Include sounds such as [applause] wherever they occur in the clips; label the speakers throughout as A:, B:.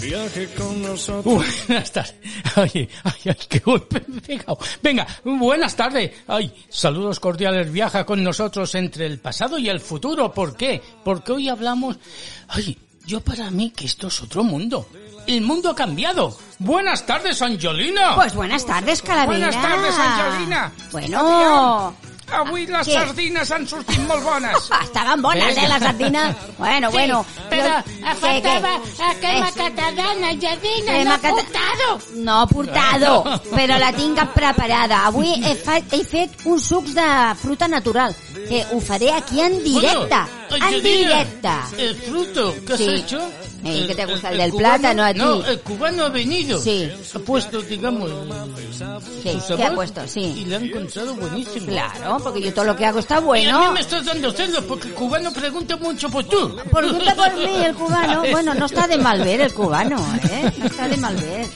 A: viaje con nosotros.
B: Buenas tardes. Ay, ay, ay, qué golpe me he pegado. Venga, buenas tardes. Ay, saludos cordiales. Viaja con nosotros entre el pasado y el futuro. ¿Por qué? Porque hoy hablamos... Ay, yo para mí que esto es otro mundo. El mundo ha cambiado. Buenas tardes, Angelina.
C: Pues buenas tardes, Calavera.
B: Buenas tardes, Angelina.
C: Bueno,
B: Avui les
C: Què?
B: sardines han sortit molt
C: [laughs]
B: bones.
C: estaven bones, eh, les sardines. Bueno, bueno.
D: Però
C: Jo-
D: a faltava
C: Què,
D: a
C: què?
D: crema catalana, Jardina,
C: Eh, Crema
D: no
C: cata-
D: portado.
C: No ha portado, però la tinc preparada. Avui he, fa, he fet uns sucs de fruta natural, que ho faré aquí en directe.
B: Bueno,
C: en
B: Angelina,
C: directe.
B: El fruto, ¿qué
C: Sí.
B: has hecho?
C: Eh, ¿qué te gusta, el del plátano a ti?
B: No, el cubano ha venido.
C: Sí.
B: Ha puesto, digamos,
C: Sí,
B: su sabor.
C: ¿qué ha puesto? Sí.
B: Y le han encontrado buenísimo.
C: Claro, porque yo todo lo que hago está
B: Y a mí
C: bueno.
B: me estás dando celos porque el cubano pregunta mucho por tú.
C: Pregunta por mí, el
B: [laughs]
C: cubano. Bueno, no está de mal ver el cubano, ¿eh? No está de mal ver.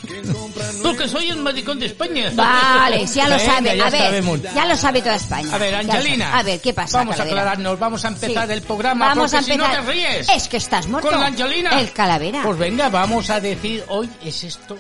B: Porque soy el maricón de España.
C: Vale, ya lo
B: Venga,
C: sabe.
B: ya
C: A ver,
B: sabemos.
C: ya lo sabe toda España.
B: A ver,
C: Ya lo
B: Angelina.
C: sabe. A ver, ¿qué pasa,
B: Vamos
C: Calavera?
B: a aclararnos, vamos a empezar
C: Sí.
B: el programa
C: Vamos
B: porque
C: a empezar.
B: si no te ríes.
C: Es que estás muerto.
B: Con la Angelina.
C: El Calavera.
B: Pues venga, vamos a decir, hoy es esto.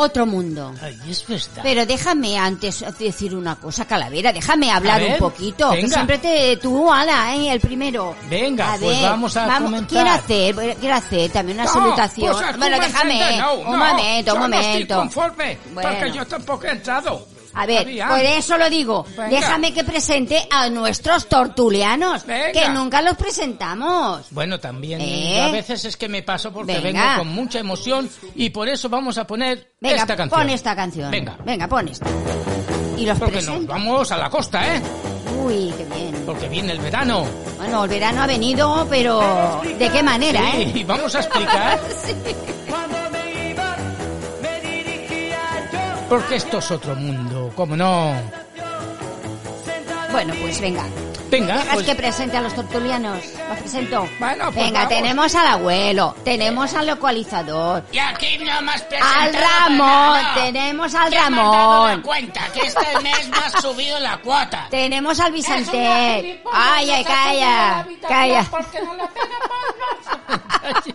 C: Otro mundo.
B: Ay, es verdad.
C: Pero déjame antes decir una cosa, Calavera, déjame hablar
B: A ver,
C: un poquito. que
B: venga.
C: siempre te tú, ala, ¿eh? el primero.
B: Venga, pues vamos a comentar.
C: Quiero hacer, quiero hacer también una
B: No,
C: salutación.
B: pues aquí
C: bueno,
B: me
C: déjame,
B: entiende, no,
C: un
B: no,
C: momento, un
B: yo no estoy
C: momento.
B: conforme,
C: Bueno.
B: porque yo tampoco he entrado.
C: A ver, pues
B: Había-
C: por eso lo digo.
B: Venga.
C: Déjame que presente a nuestros tortulianos,
B: Venga.
C: que nunca los presentamos.
B: Bueno, también
C: ¿Eh?
B: yo a veces es que me paso porque
C: Venga.
B: vengo con mucha emoción y por eso vamos a poner
C: Venga,
B: esta canción.
C: pon esta canción.
B: Venga,
C: Venga, pon esta. Y los
B: porque nos
C: presento.
B: vamos a la costa, ¿eh?
C: Uy, qué bien.
B: Porque viene el verano.
C: Bueno, el verano ha venido, pero ¿de qué manera, eh?
B: Y vamos a
C: [laughs]
B: explicar porque esto es otro mundo, ¿cómo no?
C: Bueno, pues venga.
B: Venga,
C: Dejas
B: pues-
C: que presente a los tortulianos. Los presento.
B: Bueno, pues
C: venga,
B: vamos.
C: tenemos al abuelo, tenemos al localizador,
B: Y aquí no más
C: al Ramón, tenemos al Ramón,
B: cuenta que este mes me has subido la cuota.
C: tenemos al Vicente.
D: gilipollas,
C: Ay, ay,
D: nos ha subido la
C: calla,
D: habitación
C: calla.
D: Porque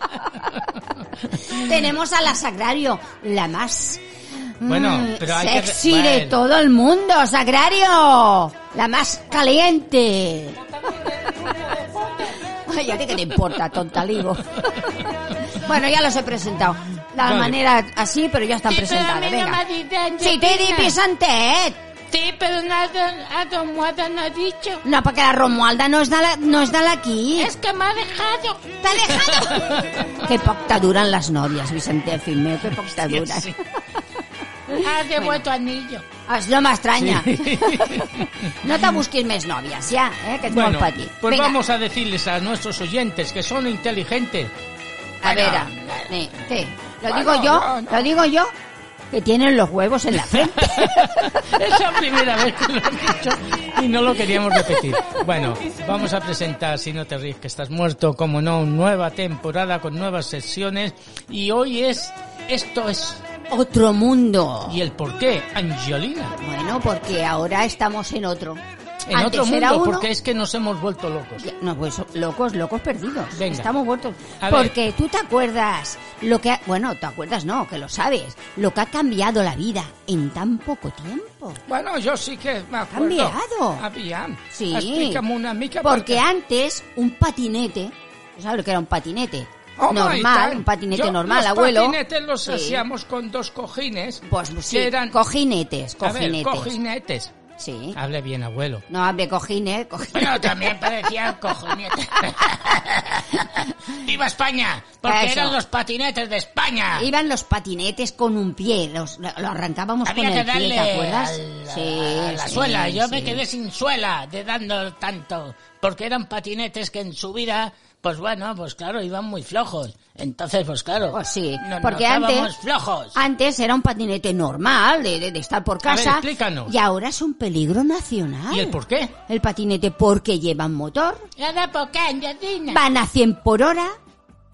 D: no la pega
C: [laughs] Tenemos a la Sagrario, la más
B: Bueno,
C: mm,
B: pero hay que-
C: sexy de
B: bueno.
C: todo el mundo, Sagrario, la más caliente. Ay, a ti que te importa, tonta
D: [laughs]
C: ligo. bueno, ya los he presentado. La
B: Vale.
C: manera así, pero ya están
D: Sí, pero
C: presentados.
D: a mí no me
C: Venga.
D: ha dicho Angelina.
C: Si te di Pisantet.
D: Sí, pero nada, a Don Moada no ha dicho.
C: No, porque la Romualda no es de la, no es de la aquí.
D: Es que me ha dejado.
C: T'ha dejado. que poc te duren les nòvies, Vicente, fill meu, que poc [laughs] te duren. [laughs]
B: Sí.
D: Ha devuelto anillo.
C: Es no m'estranya. [laughs]
B: Sí.
C: no te busquis més nòvies, ja, eh, que ets
B: Bueno,
C: molt petit.
B: pues vamos a decirles a nuestros oyentes que son inteligentes. [laughs]
C: A ver, a- eh, ¿qué? Lo digo yo, lo digo yo, que tienen los huevos en la
B: [laughs]
C: frente.
B: es la primera vez que lo han dicho y no lo queríamos repetir. Bueno, vamos a presentar, si no te ríes que estás muerto, como no, nueva temporada con nuevas sesiones y hoy es esto es
C: Otro mundo.
B: y el por qué Angelina.
C: Bueno, porque ahora estamos en otro.
B: En
C: Antes
B: otro
C: era
B: mundo,
C: uno,
B: porque es que nos hemos vuelto locos.
C: Ya, No, pues locos, locos perdidos.
B: Venga.
C: Estamos vueltos.
B: A ver.
C: Porque tú te acuerdas lo que... ha- Bueno, te acuerdas no, que lo sabes. Lo que ha cambiado la vida en tan poco tiempo.
B: Bueno, yo sí que me acuerdo.
C: Cambiado.
B: Había.
C: Sí.
B: Explícame una mica.
C: Porque antes un patinete... ¿Tú sabes lo que era un patinete?
B: Hombre, y
C: normal,
B: tal.
C: un patinete
B: Oh, Yo,
C: normal,
B: los
C: abuelo.
B: patinetes los
C: Sí.
B: hacíamos con dos cojines.
C: Pues sí,
B: que eran...
C: cojinetes,
B: A ver,
C: cojinetes. ¿Eh?
B: cojinetes.
C: Sí.
B: Hable bien, abuelo.
C: No, hombre, cojines, cojines.
B: Bueno, también
C: [laughs]
B: parecían cojinetes. ¡Viva España!
C: Porque Eso. eran los
B: patinetes de España.
C: Iban los patinetes con un pie, los, lo lo arrancábamos
B: Había
C: con
B: que
C: el pie,
B: darle
C: ¿te acuerdas?
B: a la, a la suela. Yo me quedé sin suela de dando tanto. Porque eran patinetes que en su vida, pues bueno, pues claro, iban muy flojos. Entonces, pues claro,
C: Pues sí,
B: nos
C: porque
B: notábamos
C: antes- Ah,
B: flojos.
C: Antes era un patinete normal, de, de- de estar por
B: A ver,
C: casa.
B: explícanos.
C: Y ahora es un peligro nacional.
B: ¿Y el por qué?
C: El patinete porque llevan motor,
D: Nada porque Angelina.
C: van a 100 por hora,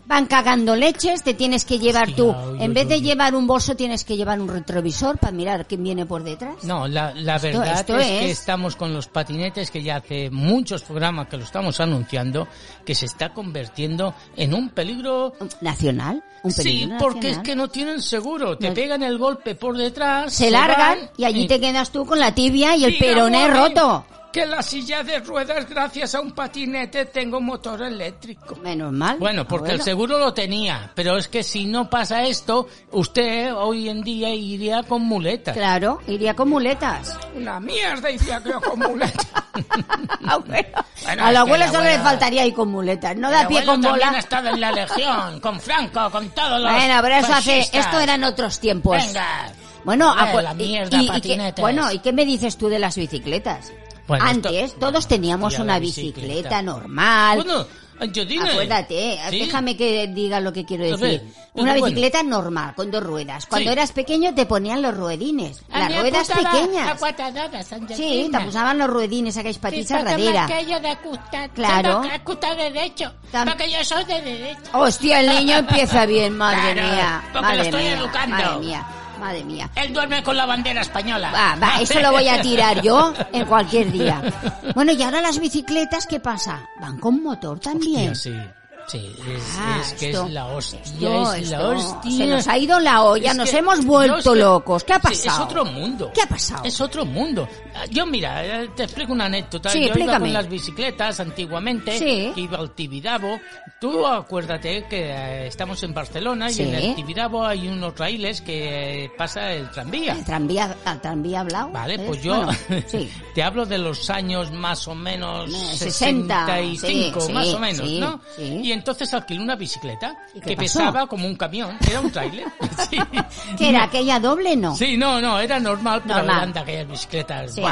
C: van cagando leches, te tienes que llevar
B: Hostia,
C: tú,
B: oye,
C: en vez de
B: oye.
C: llevar un bolso, tienes que llevar un retrovisor para mirar quién viene por detrás.
B: No, la, la verdad
C: esto
B: es, que
C: es-
B: estamos con los patinetes que ya hace muchos programas que lo estamos anunciando, que se está convirtiendo en un peligro.
C: Nacional, un
B: sí,
C: peligro
B: porque es
C: nacional.
B: que no tienen seguro. Te
C: No-
B: pegan el golpe por detrás.
C: se largan
B: van
C: y allí te quedas tú con la tibia y el
B: Digamos
C: peroné
B: a mí
C: roto.
B: Que la silla de ruedas, gracias a un patinete, tengo motor eléctrico.
C: Menos mal.
B: Bueno, porque
C: abuelo.
B: el seguro lo tenía, pero es que si no pasa esto, usted hoy en día iría con muletas.
C: Claro, iría con
B: [laughs]
C: muletas.
B: Una mierda iría yo con muletas.
C: [laughs] Abuelo.
B: Bueno,
C: Al
B: es
C: abuelo
B: que la
C: solo le
B: abuela-
C: faltaría ir con muletas. No
B: El
C: da pie
B: abuelo
C: con
B: también ha
C: bola.
B: estado en la legión, con Franco, con todos los
C: Bueno, pero eso hace,
B: fascistas.
C: esto eran otros tiempos.
B: Venga.
C: Bueno,
B: Joder,
C: acu-
B: la
C: y-
B: mierda,
C: y- y qué-
B: patinetes.
C: bueno, ¿y qué me dices tú de las bicicletas?
B: Bueno, esto-
C: Antes todos teníamos
B: Hostia, la
C: una
B: bicicleta.
C: bicicleta, normal.
B: Bueno, yo digo...
C: Acuérdate, eh,
B: Sí.
C: déjame que diga lo que quiero
B: A ver,
C: decir.
B: pero
C: Una
B: bueno.
C: bicicleta normal, con dos ruedas. Cuando
B: Sí.
C: eras pequeño te ponían los ruedines,
D: A mi
C: las ruedas
D: acostava A
C: pequeñas.
D: guatadades, Sant
C: Sí, te posaven los ruedines, aquells petits a
D: radera.
C: darrere.
D: aquello de costat.
C: Claro.
D: De costat derecho.
C: Tam-
D: Porque yo soy de derecho.
C: Hostia, el niño empieza bien, madre
B: Claro,
C: mía.
B: porque lo
C: madre
B: estoy
C: mía,
B: educando.
C: Madre mía, madre mía.
B: Él duerme con la bandera española.
C: Va, Ah, va, eso lo voy a tirar yo en cualquier
B: [laughs]
C: día. Bueno, y ahora las bicicletas, ¿qué pasa? Van con motor también.
B: Hostia, sí. Sí, es,
C: Ah,
B: es que
C: esto-
B: es la hostia,
C: esto-
B: es la
C: esto-
B: hostia.
C: Se nos ha ido la olla,
B: Es
C: nos
B: que-
C: hemos
B: yo es
C: vuelto
B: que-
C: locos. ¿Qué ha
B: sí,
C: pasado?
B: es otro mundo.
C: ¿Qué ha pasado?
B: Es otro mundo. Yo, mira, eh, te explico una anécdota.
C: Sí,
B: Yo iba
C: explícame.
B: con las bicicletas antiguamente,
C: Sí.
B: que iba al Tibidabo. Tú acuérdate que eh, estamos en Barcelona
C: Sí.
B: y en el Tibidabo hay unos raíles que eh, pasa el tranvía.
C: El tranvía, el tranvía blau.
B: Vale,
C: ¿es?
B: pues [laughs] yo
C: ¿Eh? Bueno, sí.
B: te hablo de los años más o menos
C: Eh, 60,
B: 65,
C: sí, sí,
B: más o menos,
C: sí,
B: ¿no?
C: sí.
B: Y entonces alquilé una bicicleta
C: ¿Y qué
B: que
C: pasó?
B: pesaba como un camión, era un
C: [laughs]
B: tráiler. [laughs] sí.
C: ¿Que era aquella doble no?
B: Sí, no, no, era normal, pero
C: Normal.
B: eran de aquellas bicicletas,
C: Sí.
B: ¡buah!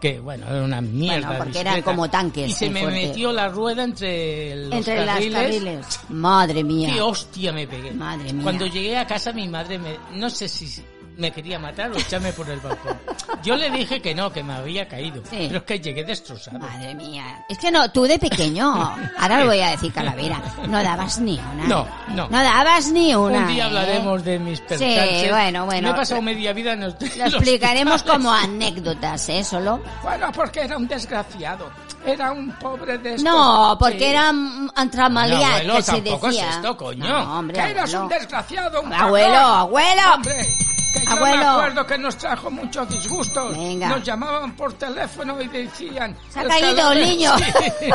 B: que bueno, era una mierda.
C: Bueno,
B: de
C: porque
B: bicicleta.
C: eran como tanques,
B: Y se
C: muy
B: me
C: fuerte.
B: metió la rueda entre los
C: Entre
B: carriles.
C: las carriles. Madre mía.
B: ¡Qué hostia me pegué!
C: Madre mía.
B: Cuando llegué a casa, mi madre me... No sé si me quería matar o echarme por el balcón. Yo le dije que no, que me había caído.
C: Sí.
B: Pero es que llegué destrozado.
C: Madre mía. Es que no, tú de pequeño, ahora lo voy a decir calavera, no dabas ni una.
B: No, no.
C: No dabas ni una.
B: Un día
C: ¿eh?
B: hablaremos de mis percances.
C: Sí, bueno, bueno.
B: Me he pasado media vida en los... [laughs]
C: Lo explicaremos como anécdotas, ¿eh? Solo.
B: Bueno, porque era un desgraciado. Era un pobre desgraciado.
C: No, porque era un
B: Ah, No,
C: antramaliat
B: abuelo,
C: que se
B: tampoco es
C: decía.
B: esto, coño.
C: No, hombre,
B: que eras un
C: abuelo.
B: desgraciado, un
C: Abuelo,
B: cabrón.
C: abuelo.
B: Hombre, que yo
C: Abuelo.
B: me acuerdo que nos trajo muchos disgustos.
C: Venga.
B: Nos llamaban por teléfono y decían...
C: Se ha caído el niño.
B: Sí. [laughs]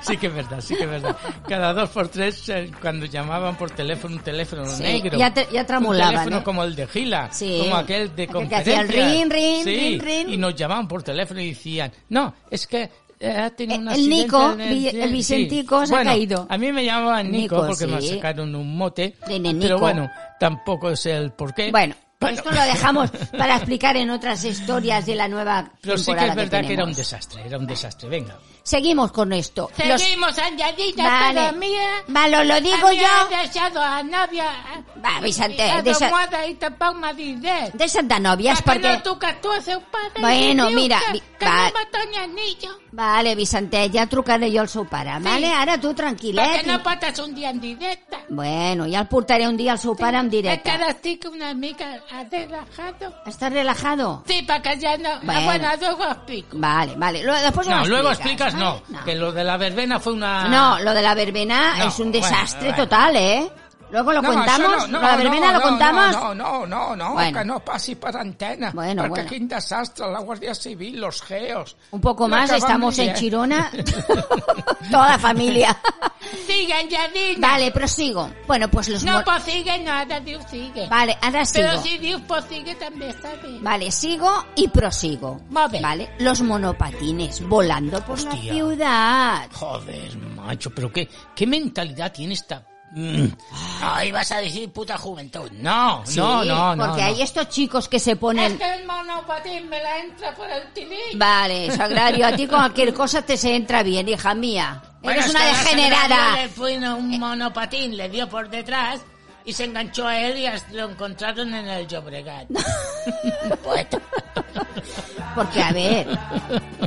B: Sí que es verdad, sí que es verdad. Cada dos por tres, eh, cuando llamaban por teléfono, un teléfono
C: Sí,
B: negro.
C: ya te- ya
B: Un
C: tramulaban,
B: teléfono
C: ¿eh?
B: como el de Gila,
C: Sí,
B: como aquel de
C: aquel que hacía el
B: conferencias.
C: rin, rin,
B: Sí,
C: rin, rin.
B: y nos llamaban por teléfono y decían, no, es que... eh, ha tenido
C: El-
B: un
C: el
B: accidente
C: Nico,
B: en el
C: Vi- el
B: tren". Sí.
C: Vicentico se ha
B: Bueno,
C: caído.
B: A mí me llamaban Nico,
C: Nico,
B: porque me
C: sí.
B: sacaron un mote.
C: De nenico.
B: Pero bueno, tampoco sé el por qué.
C: Bueno, esto lo dejamos
B: [laughs]
C: para explicar en otras historias de la nueva
B: Pero sí que
C: temporada
B: es verdad que, era un
C: tenemos.
B: desastre, era un desastre. Venga.
C: Seguimos con esto. Los-
D: Seguimos añadidas
C: Vale.
D: para mí.
C: Vale, os lo digo
D: Había
C: yo.
D: deixat a Nàvia... eh,
C: Va, Vicente,
D: a
C: deixa-
D: Domoda i tampoc m'ha dit res.
C: Deixa't de nòvies
D: Perquè
C: perquè...
D: no toca tu al seu pare
C: Bueno,
D: i li dius
C: mira,
D: que,
C: vi-
D: que
C: va.
D: no m'atoni el niño.
C: Vale, Vicentet, ja trucaré jo al seu pare,
D: Sí.
C: vale? Ara tu tranquil·let.
D: Perquè no portes un dia en directe.
C: i- eh, Bueno, ja el portaré un dia al seu pare en
D: És que
C: directe.
D: ara estic una mica relajado.
C: Estàs relajado?
D: Sí, perquè ja no...
C: Bueno.
D: Bueno, ah, bueno luego explico.
C: Vale, vale. Lo, después
B: No,
C: lo
B: luego
C: explicas,
B: explicas, no,
C: ¿vale?
B: Que lo de la verbena fue una.
C: No, lo de la verbena
B: No,
C: es un
B: bueno,
C: desastre
B: bueno.
C: total, ¿eh? Luego lo
B: No,
C: contamos,
B: eso no, no,
C: lo de la verbena
B: no,
C: lo
B: no,
C: contamos.
B: No, no, no, no,
C: Bueno.
B: que no passi per antena.
C: Bueno,
B: perquè
C: bueno.
B: quin desastre, la Guàrdia Civil, los geos.
C: Un poco más,
B: L'acabam
C: estamos en
B: liant. [laughs]
C: Chirona, toda la familia.
D: Siguen, ja dic.
C: Vale, prosigo. Bueno, pues los...
D: No,
C: mor-
D: pues sigue, no, ara diu sigue.
C: Vale, ahora
D: Però
C: sigo.
D: si dius pues sigue també està bé.
C: Vale, sigo y prosigo.
D: Molt bé.
C: Vale, los monopatines volando por la
B: Hostia.
C: ciudad.
B: Joder, macho, pero qué, qué mentalidad tiene esta. Mm. Ahí vas a decir puta juventud. No,
C: Sí,
B: no, no, no.
C: Porque
B: no.
C: hay estos chicos que se
D: És
C: ponen...
D: que el monopatí me la entra por el tilín.
C: Vale, Sagrario, a ti con cualquier cosa te se entra bien, hija mía.
A: Bueno,
C: Eres una
A: es que la
C: degenerada.
A: señora Le fue en un monopatín, le dio por detrás y se enganchó a él y as- lo encontraron en el Llobregat.
C: [laughs] Porque, a ver,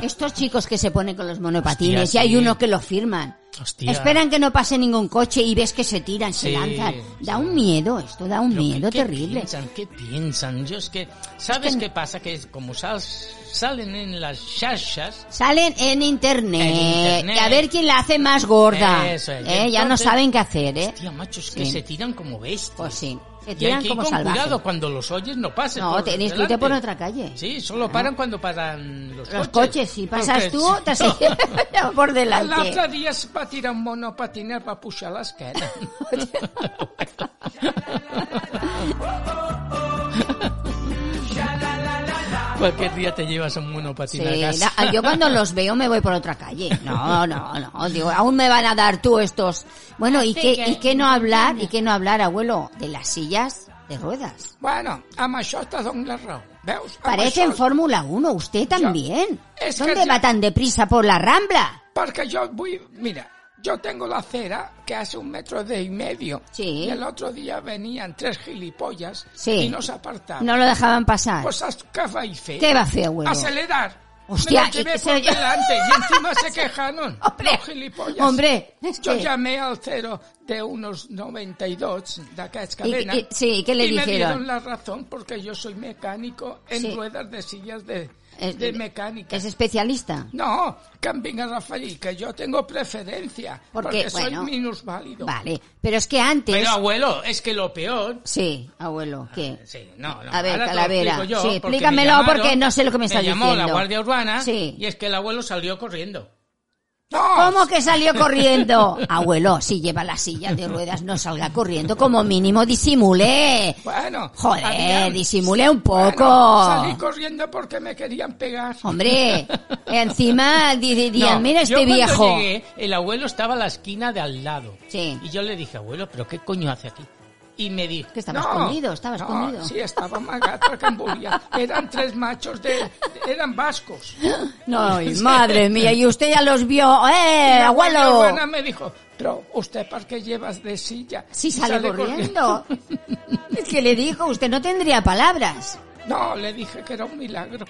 C: estos chicos que se ponen con los monopatines,
B: Hostia,
C: y hay
B: sí.
C: uno que lo firman.
B: Hostia.
C: Esperan que no pase ningún coche y ves que se tiran, se
B: Sí,
C: lanzan. Da
B: sí.
C: un miedo, esto da un
B: Pero ¿qué-
C: miedo
B: qué
C: terrible.
B: piensan? ¿Qué piensan? Yo es que, ¿sabes qué pasa? Que es como sal- salen en las chachas,
C: Salen en internet,
B: En internet.
C: y a ver quién la hace más gorda.
B: Eso es, y
C: Eh, ya no
B: entonces-
C: saben qué hacer, ¿eh?
B: tía machos, que
C: Sí.
B: se tiran como bestias.
C: Pues sí, se
B: y hay
C: tiran
B: que ir
C: como
B: con
C: salvajes.
B: cuidado cuando los oyes no pases
C: No,
B: por
C: tenéis que irte
B: delante.
C: por otra calle.
B: sí solo paran cuando paran los,
C: Ah. Los coches, si pasas
B: Porque
C: tú,
B: si
C: te has
B: [laughs] no-
C: ido [laughs] por
B: El
C: delante.
B: otro dia es va tirar un monopatinet, va pujar
C: [laughs]
B: l'esquena. Cualquier día te llevas un
C: Sí,
B: monopatín a casa.
C: la- ah, yo
B: [laughs]
C: cuando los veo me voy por otra calle. No, no, no. Digo, aún me van a dar tú estos. Bueno, ¿y
D: Así
C: qué,
D: que-
C: y qué no hablar? ¿Y qué no hablar, abuelo? De las sillas de ruedas.
B: Bueno, amb això te dono la raó. Veus? Amb
C: Parecen
B: això,
C: Fórmula 1, usted también.
B: pues Es que
C: ¿Dónde
B: yo-
C: va tan deprisa por la rambla?
B: Perquè jo vull... Mira, yo tengo la acera que hace un metro de y medio.
C: Sí.
B: Y el otro día venían tres gilipollas
C: Sí.
B: y nos apartaban.
C: No lo dejaban pasar.
B: Ah. Pues ¿sabes qué vais a hacer?
C: ¿Qué va a hacer, abuelo?
B: acelerar.
C: Hostia,
B: me lo llevé
C: y-
B: por
C: se-
B: delante y
C: [laughs]
B: encima se quejaron.
C: Hombre,
B: los gilipollas.
C: hombre, es
B: Yo
C: que-
B: llamé al cero de unos 92 de acá es
C: Y-
B: cadena.
C: y- sí, ¿y qué le
B: y me
C: dijeron?
B: dieron la razón porque yo soy mecánico en
C: Sí.
B: ruedas de sillas de,
C: Es-
B: de mecánica.
C: Es especialista.
B: No, que em vinga Rafael, que yo tengo preferencia.
C: Porque,
B: soy
C: bueno,
B: minusválido.
C: Vale, pero es que antes...
B: Pero abuelo, Ah, es que lo peor...
C: Sí, abuelo, ¿qué?
B: Sí, no, no.
C: A ver,
B: ahora te lo
C: Calavera,
B: explico yo,
C: sí,
B: porque me
C: explícamelo porque no sé lo que me estás
B: Me llamó
C: diciendo.
B: la Guardia Urbana
C: Sí.
B: y es que el abuelo salió corriendo.
C: ¿Cómo que salió corriendo? Abuelo, si lleva la silla de ruedas, no salga corriendo. Como mínimo disimule.
B: Bueno,
C: Joder,
B: habían-
C: disimule un
B: Bueno,
C: poco.
B: salí corriendo porque me querían pegar.
C: Hombre, encima di- dirían,
B: No,
C: mira
B: yo
C: este
B: cuando
C: viejo.
B: llegué, el abuelo estaba a la esquina de al lado.
C: Sí.
B: Y yo le dije, abuelo, ¿pero qué coño hace aquí? Y me dijo...
C: Que estaba escondido, estaba
B: no,
C: escondido.
B: Sí, estaba magata Camburia. Eran tres machos de...
C: [laughs]
B: eran vascos. [laughs]
C: No, y madre mía, y usted ya los vio. ¡Eh,
B: La Guardia
C: abuelo!
B: Urbana me dijo, pero usted para qué llevas de silla.
C: Sí,
B: Y
C: sale
B: sale
C: corriendo. [laughs] Es que le digo, usted no tendría palabras.
B: [laughs] No, le dije que era
C: [laughs]
B: un milagro.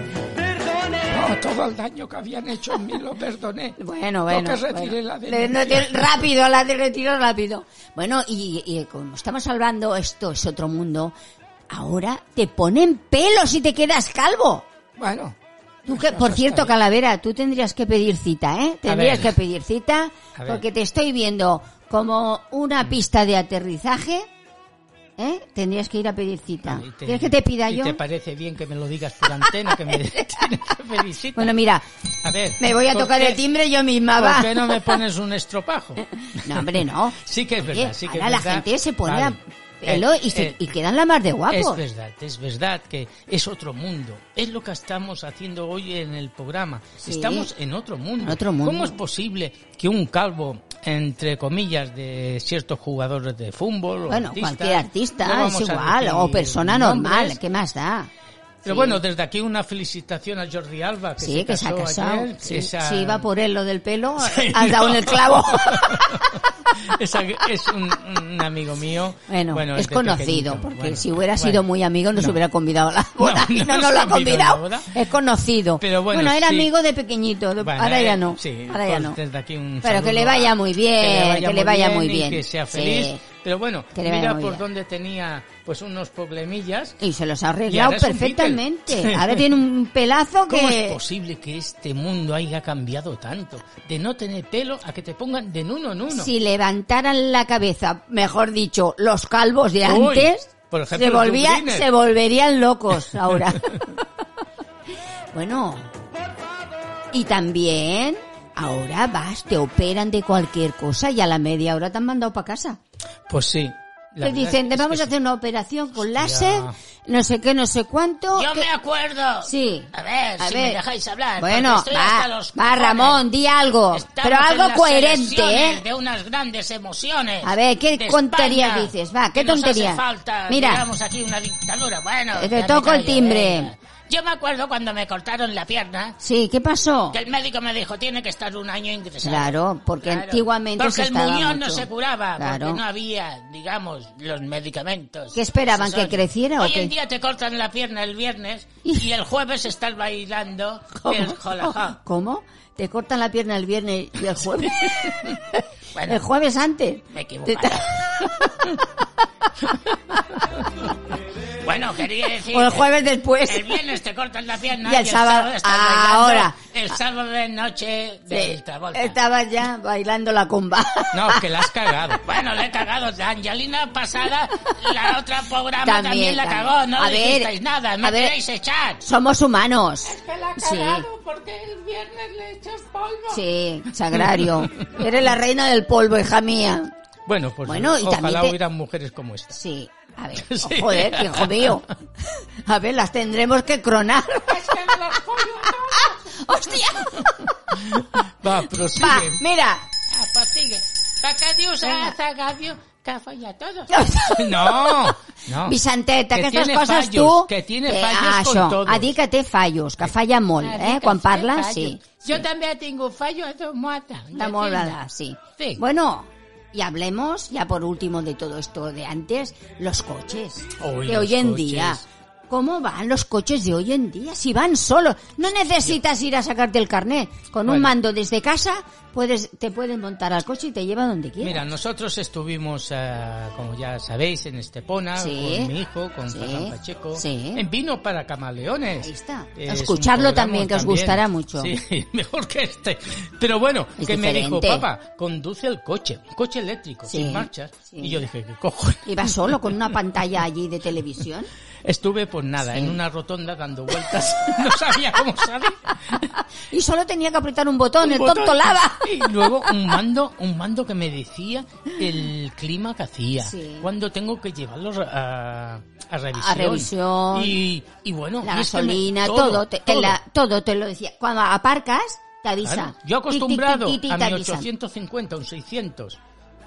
B: No, todo el daño que habían hecho en mí lo perdoné.
C: Bueno,
B: Lo
C: bueno.
B: que retiré
C: bueno.
B: la
C: Le- no
B: denuncia.
C: te- [laughs] rápido, la de retiro rápido. Bueno, y, y como estamos hablando, esto es otro mundo. Ahora te ponen pelo si te quedas calvo.
B: Bueno,
C: Tú que- por cierto, Calavera, tú tendrías que pedir cita, ¿eh? Tendrías que
B: ver.
C: pedir cita
B: A ver. Mm.
C: porque te estoy viendo como una pista de aterrizaje. ¿Eh? Tendrías que ir a pedir cita.
B: y te-
C: ¿Quieres que te pida
B: y
C: yo?
B: te parece bien que me lo digas por antena, que me [laughs] tienes que felicitar?
C: Bueno, mira,
B: a ver.
C: me voy a
B: ¿por
C: tocar
B: qué-
C: el timbre yo misma, Ah, va.
B: ¿Por qué no me pones un estropajo?
C: [laughs] No, hombre,
B: [laughs]
C: no. [laughs]
B: Sí que es
C: Oye,
B: verdad, sí que es
C: Eh, ahora la
B: verdad.
C: gente se pone
B: Vale.
C: a pelo y, se-
B: Eh, eh,
C: y quedan la mar de
B: Es
C: guapos.
B: verdad, es verdad que es otro mundo. Es lo que estamos haciendo hoy en el programa.
C: Sí.
B: Estamos en otro mundo.
C: En otro mundo.
B: ¿Cómo es posible que un calvo, entre comillas, de ciertos jugadores de fútbol o
C: bueno,
B: artistas,
C: cualquier artista
B: ¿eh? no vamos
C: es
B: a
C: igual,
B: decir
C: o persona normal,
B: nombres,
C: ¿qué más da?
B: Pero
C: Sí.
B: bueno, desde aquí una felicitación a Jordi Alba, que
C: sí,
B: se
C: que se ha
B: casó
C: casado.
B: ayer,
C: sí,
B: esa-
C: Si iba por él lo del pelo,
B: [laughs] Sí,
C: has dado en el clavo.
B: [laughs] Esa- es un, un amigo mío.
C: bueno, es
B: desde
C: conocido,
B: este pequeñito.
C: porque
B: Bueno,
C: si hubiera
B: bueno.
C: sido muy amigo nos hubiera convidado a la boda.
B: [laughs] no
C: y no
B: nos
C: nos lo
B: ha
C: ha
B: convidado a la
C: convidado.
B: boda.
C: Es conocido.
B: Pero bueno,
C: era
B: sí.
C: amigo de pequeñito, de-
B: Bueno,
C: ahora ya
B: eh,
C: no.
B: sí,
C: ahora ya
B: pues
C: no.
B: desde aquí un
C: Pero que
B: saludo
C: le
B: a-
C: vaya muy bien, que le vaya muy
B: y
C: bien.
B: Que sea
C: Sí.
B: feliz. Pero bueno,
C: Que le vaya
B: mira
C: muy
B: por
C: bien.
B: dónde tenía pues unos problemillas.
C: Y se los ha
B: Y
C: arreglado
B: ahora es un
C: perfectamente.
B: Beatle.
C: Ahora tiene un pelazo
B: [laughs] ¿Cómo es
C: que...
B: posible que este mundo haya cambiado tanto? De no tener pelo a que te pongan de en uno en uno.
C: Si levantaran la cabeza, mejor dicho, los calvos de
B: Uy,
C: antes,
B: por ejemplo,
C: se, volvía-
B: Drew Griner.
C: se volverían locos
A: [laughs]
C: ahora. bueno. Y también, ahora vas, te operan de cualquier cosa y a la media hora te han mandado para casa.
B: Pues sí. la
C: te
B: verdad
C: dicen, te
B: es que
C: vamos a
B: sí.
C: hacer una operación con láser, no sé qué, no sé cuánto.
A: Yo
C: que-
A: me acuerdo.
C: Sí.
A: A ver,
C: A
A: si
C: ver.
A: me dejáis hablar.
C: Bueno,
A: porque estoy
C: va,
A: hasta los
C: va
A: cojones.
C: Ramón, di algo,
A: Estamos
C: pero
A: en
C: algo
A: las
C: coherente,
A: elecciones
C: ¿eh?
A: De unas grandes emociones.
C: A ver, ¿qué
A: de
C: tonterías
A: España,
C: dices? Va, ¿qué
A: que nos
C: tonterías?
A: hace falta,
C: Mira.
A: digamos, aquí una dictadura. Bueno,
C: Te
A: ya me
C: toco el
A: callo,
C: timbre.
A: venga. Yo me acuerdo cuando me cortaron la pierna,
C: Sí, ¿qué pasó?
A: que el médico me dijo, tiene que estar un año ingresado.
C: Claro, porque
A: Claro.
C: antiguamente
A: Porque
C: se
A: el
C: estaba
A: muñón no
C: mucho.
A: se curaba,
C: Claro.
A: porque no había, digamos, los medicamentos.
C: ¿Qué esperaban,
A: Esos son.
C: que creciera o
A: Hoy
C: qué?
A: en día te cortan la pierna el viernes y el jueves estás bailando el jolajá.
C: ¿Cómo? Te cortan la pierna el viernes y el jueves.
A: [laughs] Bueno.
C: el jueves antes.
A: Me he equivocado. [laughs] Bueno, quería decir...
C: O el jueves después.
A: El viernes te cortan la pierna
C: [laughs] Y el sábado-
A: estás
C: Ah,
A: bailando
C: ahora.
A: El sábado de noche de
C: Sí, Ah.
A: Travolta.
C: Estaba ya bailando la comba.
B: No, que la has
C: [laughs]
B: cagado.
A: Bueno, le he cagado. La Angelina pasada, la otra programa también,
C: También,
A: la
C: también.
A: cagó. No
C: A
A: le
C: ver,
A: dijisteis nada. Me
C: a ver.
A: queréis echar.
C: Somos humanos.
D: Que la ha
C: Sí.
D: cagado porque el viernes le echas polvo.
C: Sí, sagrario. Eres la reina del polvo, hija mía.
B: Bueno, pues
C: Bueno, y también
B: ojalá
C: te-
B: hubieran mujeres como esta.
C: Sí, a
B: [laughs]
C: ver.
B: Sí.
C: oh, joder, hijo mío. A ver, las tendremos que
B: [laughs]
C: cronar.
D: Es que me las follo todas.
C: ¡Hostia!
B: Va,
C: Ah, Va, [laughs]
B: prosigue.
C: mira.
D: [laughs] Ah, pues sigue. Zacadio, sa- Zacadio, ah, que ha follado todos.
B: No, no.
C: Vicenteta,
B: Que
C: aquestes
B: tiene
C: coses
B: fallos,
C: tu...
B: Que tiene
C: eh,
B: fallos
C: ah,
B: con
C: això,
B: todo.
C: A dir que té fallos, que falla molt,
D: Ah,
C: eh?
D: sí,
C: Quan
D: que
C: parla,
D: fallo.
C: sí.
D: Yo también tengo fallo a dos muatas.
C: Está muy hablada, sí.
A: Sí.
C: Bueno, y hablemos ya por último de todo esto de antes, los coches.
B: Uy,
C: que
B: los
C: hoy en
B: coches.
C: día, ¿cómo van los coches de hoy en día? Si van solos, no necesitas ir a sacarte el carnet. Con un
B: Bueno.
C: mando desde casa puedes te puedes montar al coche y te lleva donde quieras.
B: Mira, nosotros estuvimos, eh, como ya sabéis, en Estepona,
C: Sí.
B: con mi hijo, con
C: Sí.
B: Ferran Pacheco,
C: Sí.
B: en Vino para Camaleones. Eh,
C: Ahí está.
B: es
C: Escucharlo
B: un programa
C: también, que os gustará mucho.
B: Sí, [laughs] mejor que este. Pero bueno,
C: Es
B: que me dijo,
C: diferente.
B: papá, conduce el coche, un coche eléctrico,
C: Sí.
B: sin marchas.
C: Sí.
B: Y yo dije, ¿qué cojones?
C: Y va solo con una pantalla allí de televisión.
B: Estuve, pues nada, en una rotonda dando vueltas, [laughs] no sabía cómo salir.
C: Y solo tenía que apretar un botón, el
B: Un botón.
C: tonto lava.
B: [laughs] Y luego un mando, un mando que me decía el clima que hacía,
C: Sí.
B: cuando tengo que llevarlos a, a revisión.
C: A revisión.
B: Y, y bueno,
C: la
B: y es que me-
C: gasolina, todo, te, te
B: todo.
C: la- todo te lo decía. Cuando aparcas, te avisa.
B: Claro, Yo
C: Tic, tic,
B: acostumbrado
C: tic, tic,
B: a
C: te
B: mi
C: avisan.
B: 850, un 600.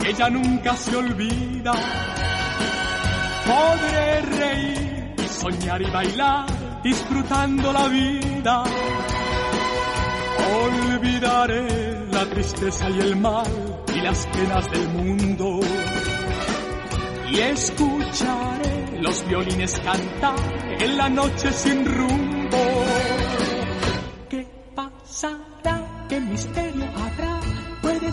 E: que ya nunca se olvida. Podré reír y soñar y bailar disfrutando la vida. Olvidaré la tristeza y el mal y las penas del mundo. Y escucharé los violines cantar en la noche sin rumbo. ¿Qué pasará? ¿Qué misterio habrá? Puede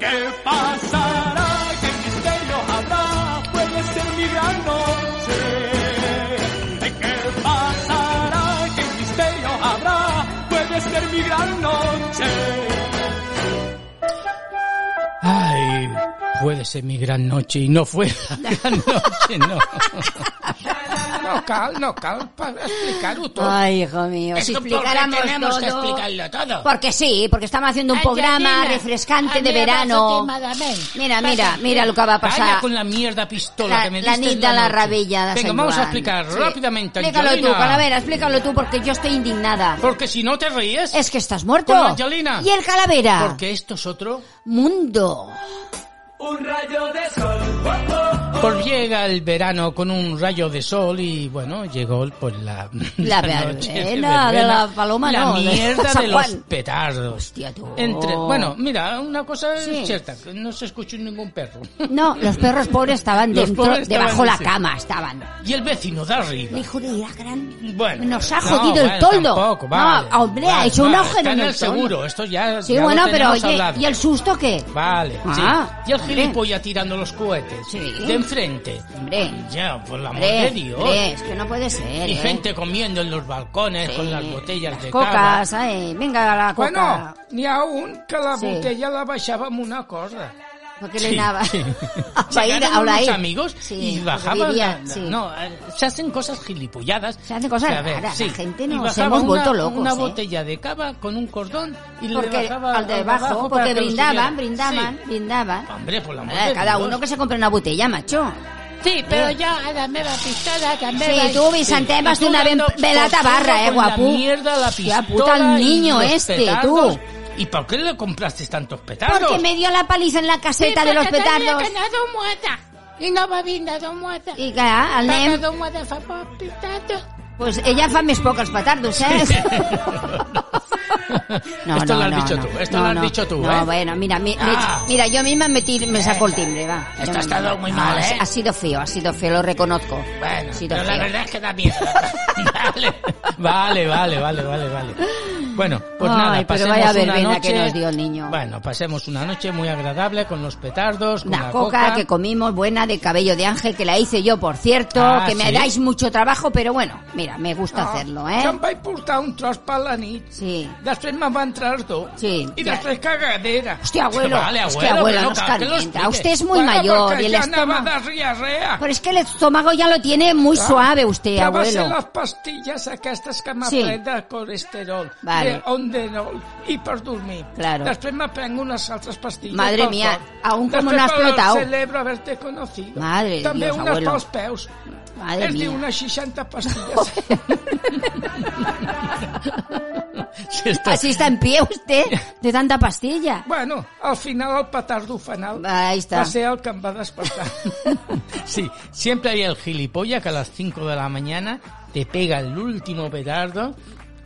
E: ¿Qué pasará? ¿Qué misterio habrá? Puede ser mi gran noche. ¿Qué pasará? ¿Qué misterio habrá? Puede ser mi gran noche.
B: Ay, puede ser mi gran noche y no fue
C: [laughs]
B: la gran noche, no. No cal, no cal, para explicar todo.
C: Ay, hijo mío,
A: Es
C: si
A: que ¿por qué
C: explicáramos
A: tenemos que
C: todo-
A: explicarlo todo.
C: Porque sí, porque estamos haciendo un programa refrescante de verano. Mira, mira, mira lo que va a
B: Calla
C: pasar.
B: con la mierda pistola
C: La-
B: que me
C: la
B: diste en
C: nit de la
B: noche.
C: rabella de
B: Venga,
C: Sant
B: vamos a
C: Joan.
B: explicar
C: Sí.
B: rápidamente,
C: Explícalo tú,
B: Angelina.
C: Calavera, explícalo tú, porque yo estoy indignada.
B: Porque si no te ríes,
C: Es que estás muerto.
B: Con la Angelina.
C: Y el Calavera.
B: porque esto es otro...
C: Mundo.
B: Pues llega el verano con un rayo de sol y bueno, llegó pues la... [laughs]
C: La
B: noche
C: verbena de la paloma,
B: La
C: no, de
B: mierda de,
C: San
B: los
C: Juan.
B: petardos.
C: Hostia, tú.
B: Entre, bueno, mira, una cosa
C: Sí.
B: es cierta, que no se escuchó ningún perro. [laughs]
C: No, los perros pobres estaban
B: Los
C: dentro,
B: pobres estaban,
C: debajo la
B: sí.
C: cama estaban.
B: Y el vecino de arriba.
C: Hijo de la gran...
B: Bueno,
C: Nos ha
B: no,
C: jodido el
B: bueno,
C: toldo.
B: tampoco, vale,
C: no, hombre, ha
B: vale,
C: hecho un
B: vale,
C: agujero
B: está en
C: el
B: el
C: toldo.
B: seguro, esto ya.
C: Sí,
B: Pues ya lo
C: bueno, pero
B: tenemos
C: oye,
B: hablado.
C: ¿y el susto qué?
B: Vale,
C: Ah,
B: sí. Y el
C: hombre.
B: gilipollas tirando los cohetes.
C: Sí.
B: De enfrente.
C: Hombre,
B: Ya, por la amor
C: hombre,
B: de Dios.
C: hombre, es que no puede ser,
B: Y
C: ¿eh?
B: gente comiendo en los balcones con las botellas
C: Las
B: de cava.
C: cocas, ay, venga la coca.
B: Bueno, ni aún que la
C: Sí.
B: botella la baixàvem una cosa.
C: Porque le daba [laughs]
B: Llegaron
C: a la
B: unos
C: I.
B: amigos
C: Sí,
B: y
C: porque
B: bajaban...
C: vivía,
B: la-
C: sí.
B: No, eh, se hacen cosas gilipolladas.
C: Se hacen cosas
B: A ver,
C: raras,
B: sí.
C: la gente
B: Y
C: nos
B: bajaba
C: hemos
B: una-
C: vuelto locos,
B: Una
C: ¿eh?
B: botella de cava con un cordón y le
C: porque
B: bajaba
C: al de
B: abajo
C: abajo,
B: para
C: porque
B: que lo
C: brindaban,
B: siguiera.
C: brindaban,
B: Sí.
C: brindaban.
B: Hombre, por la amor
C: Eh,
B: de
C: cada
B: Dios.
C: uno que se compre una botella, macho.
D: Sí, pero yo a la meva pistola també
C: ¿Eh? Sí,
D: vaig...
C: tú, Vicente, vas de una ben-
B: dando
C: velata
B: por culo
C: barra, eh,
B: con la
C: guapo.
B: mierda, la
C: Hostia
B: pistola
C: puta, el
B: y
C: niño
B: los
C: este,
B: petardos.
C: tú.
B: ¿Y por qué le compraste tantos petardos? [laughs]
C: Porque me dio la paliza en la caseta
D: Sí,
C: de los
D: perquè
C: petardos.
D: tenia que anar d'un muerta. I no va vindre d'un muerta.
C: I que el
D: Perquè
C: nen...
D: d'un muerta fa poc petardo.
C: Pues ella fa més poc els petardos,
B: [laughs]
C: eh? [laughs]
B: Esto lo has dicho tú, esto lo has dicho tú,
C: no,
B: ¿eh?
C: bueno, mira, mi- me-
B: Ah.
C: mira, yo misma me, tiro- me saco el timbre, va.
A: Esto
C: Yo
A: ha
C: misma.
A: estado muy mal, ¿eh?
C: Ha sido feo, ha sido feo, lo reconozco.
A: Bueno,
C: ha sido
A: pero la
C: feo.
A: verdad es que da
B: [laughs]
A: miedo.
B: vale, vale, vale, vale, vale, vale. Bueno, pues
C: Ay,
B: nada,
C: pero
B: pasemos
C: vaya
B: una
C: verbena
B: noche...
C: que nos dio el niño.
B: Bueno, pasemos una noche muy agradable con los petardos, con
C: Una
B: la
C: coca, que comimos buena de cabello de ángel, que la hice yo, por cierto,
B: Ah,
C: que me
B: ¿sí?
C: dais mucho trabajo, pero bueno, mira, me gusta hacerlo,
B: Jo
C: ¿eh?
B: em vaig portar un tros per la nit.
C: Sí.
B: Després me'n van entrar els dos.
C: Sí.
B: I després cagadera.
C: Hostia, abuelo,
B: Vale,
C: hostia,
B: abuelo,
C: abuelo,
B: pero
C: nos
B: cal que lo
C: calienta.
B: explique.
C: Usted es muy
B: Bueno,
C: mayor
B: porque
C: y el
B: yo andaba
C: estómago-
B: de ría, ría.
C: Pero es que el estómago ya lo tiene muy suave usted,
B: Ja Ah, va ser
C: abuelo.
B: les pastilles aquestes que m'ha
C: Sí.
B: sí. pres de colesterol,
C: Vale.
B: de ondenol i per dormir.
C: Claro.
B: Després me prenc unes altres pastilles
C: Madre
B: pel
C: mía,
B: cor.
C: aún como
B: Després
C: no ha
B: pel
C: explotado.
B: celebro haberte conocido.
C: Madre de
B: També
C: Dios,
B: unes
C: abuelo.
B: pels peus.
C: Madre
B: És
C: mía.
B: dir,
C: [laughs]
B: unes 60 pastilles. si estàs...
C: Así está en pie usted, de tanta pastilla.
B: Bueno, al final el petardo fanal
C: Ahí está.
B: va ser el que em va despertar. [laughs] Sí, siempre hay el gilipollas que a las 5 de la mañana te pega el último petardo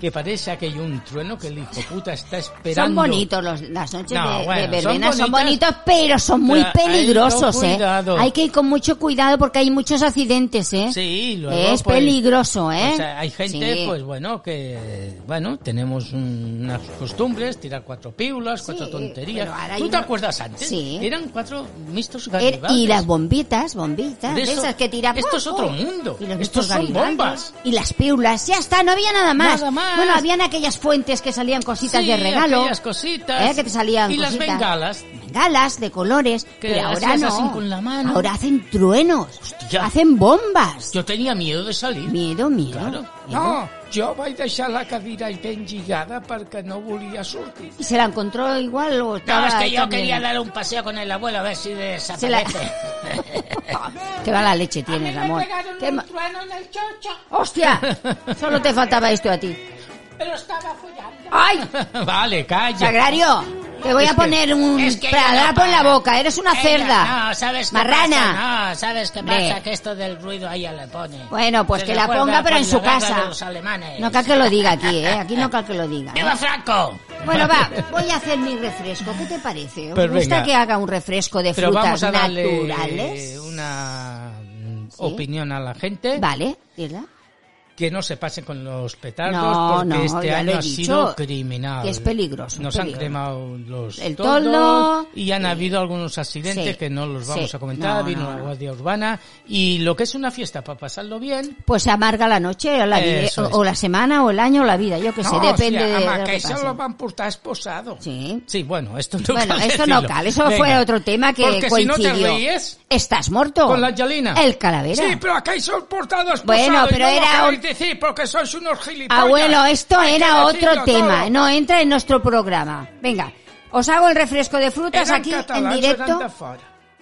B: que parece aquello un trueno que el hijo puta está
C: Son
B: esperando.
C: bonitos los, las noches
B: No,
C: de,
B: bueno,
C: de verbena,
B: son
C: son,
B: bonitas,
C: bonitos, pero son muy
B: pero hay que
C: peligrosos,
B: con
C: ¿eh?
B: cuidado.
C: Hay que ir con mucho cuidado porque hay muchos accidentes, ¿eh?
B: Sí, luego,
C: Es
B: pues,
C: peligroso, ¿eh?
B: O sea, hay gente,
C: Sí.
B: pues bueno, que bueno, tenemos un- unas costumbres, tirar cuatro piulas, cuatro tonterías.
C: pero ahora
B: ¿Tú
C: hay
B: te
C: una-
B: acuerdas antes?
C: Sí.
B: Eran cuatro mistos
C: Er-
B: garibaldes.
C: y las bombitas, bombitas,
B: De
C: de
B: eso-
C: esas que tiran. ¡oh!
B: esto es otro mundo. Estos son bombas.
C: Y las piulas, ya está, no había nada más.
B: Nada más.
C: Bueno, habían aquellas fuentes que salían cositas
B: Sí,
C: de regalo.
B: aquellas cositas.
C: ¿eh? Que te salían
B: Y las
C: cositas.
B: bengalas.
C: Bengalas de colores.
B: Que
C: pero ahora
B: hacías
C: no.
B: así con la mano.
C: Ahora hacen truenos.
B: Hostia.
C: Hacen bombas.
B: Yo tenía miedo de salir.
C: Miedo, miedo.
B: Claro.
C: miedo.
B: jo vaig deixar la cadira ben lligada perquè no volia sortir.
C: Y se la encontró igual o
A: No,
C: estaba
A: es que yo
C: también-
A: quería dar un paseo con el abuelo a ver si
C: Se la... [laughs]
A: desaparece.
C: Qué mala leche
D: A mí
C: tienes,
D: me
C: amor.
D: pegaron
C: Qué
D: un
C: ma-
D: trueno en el chocho,
C: ¡Hostia! Solo te faltaba esto a ti.
D: pero estaba follando.
C: ¡Ay!
B: vale, calla.
C: Sagrario, te voy a poner un
A: es que ella no
C: tradrapo en la
A: para.
C: boca. Eres una
A: Ella,
C: cerda.
A: No, ¿sabes qué
C: Marrana.
A: pasa? No, ¿sabes qué
C: Hombre.
A: pasa? Que esto del ruido a ella le pone.
C: Bueno, pues
A: Se
C: que
A: le
C: la
A: cuelga
C: ponga, pero
A: con
C: en
A: la
C: su
A: garra
C: casa.
A: de los alemanes.
C: No cal que lo diga aquí, ¿eh? Aquí no cal que lo diga. ¿eh?
A: ¡Viva Franco!
C: Bueno, va, voy a hacer mi refresco. ¿Qué te parece? ¿Os
B: Pero
C: gusta
B: venga.
C: que haga un refresco de
B: Pero
C: frutas
B: vamos a darle eh,
C: naturales?
B: una mm, opinión a la gente.
C: Vale, dila.
B: Que no se pase con los petardos
C: No,
B: porque
C: no,
B: este
C: ya lo
B: año
C: he
B: ha
C: dicho,
B: sido criminal.
C: que es peligroso,
B: Nos
C: peligroso.
B: han cremado los
C: El
B: toldos
C: toldo,
B: y han habido algunos accidentes
C: sí,
B: que no los
C: sí,
B: vamos a comentar.
C: no,
B: Vino
C: no,
B: la
C: no.
B: Guardia Urbana y lo que es una fiesta para pasarlo bien.
C: Pues amarga la noche, o la, vida-
B: Eso es.
C: o, o la semana, o el año, o la vida. Yo que sé, depende de, de lo que pase.
B: lo van a portar esposado.
C: Sí.
B: Sí, bueno, esto no
C: Bueno,
B: cal
C: esto no
B: decirlo.
C: cal, eso
B: Venga.
C: fue otro tema que
B: Porque
C: coincidió.
B: si no te ríes
C: ¿Estás muerto?
B: con la Angelina.
C: El calavera.
B: Sí, pero acá son portados
C: Bueno,
B: posados,
C: pero
B: no lo
C: era
B: queréis
C: un- Ah,
B: decir porque sois unos gilipollas.
C: Abuelo, esto
B: Hay que
C: era
B: decirlo
C: otro tema,
B: todo.
C: no entra en nuestro programa. Venga, os hago el refresco de frutas
B: Eran
C: aquí en
B: catalans, eran
C: directo.
B: de fora.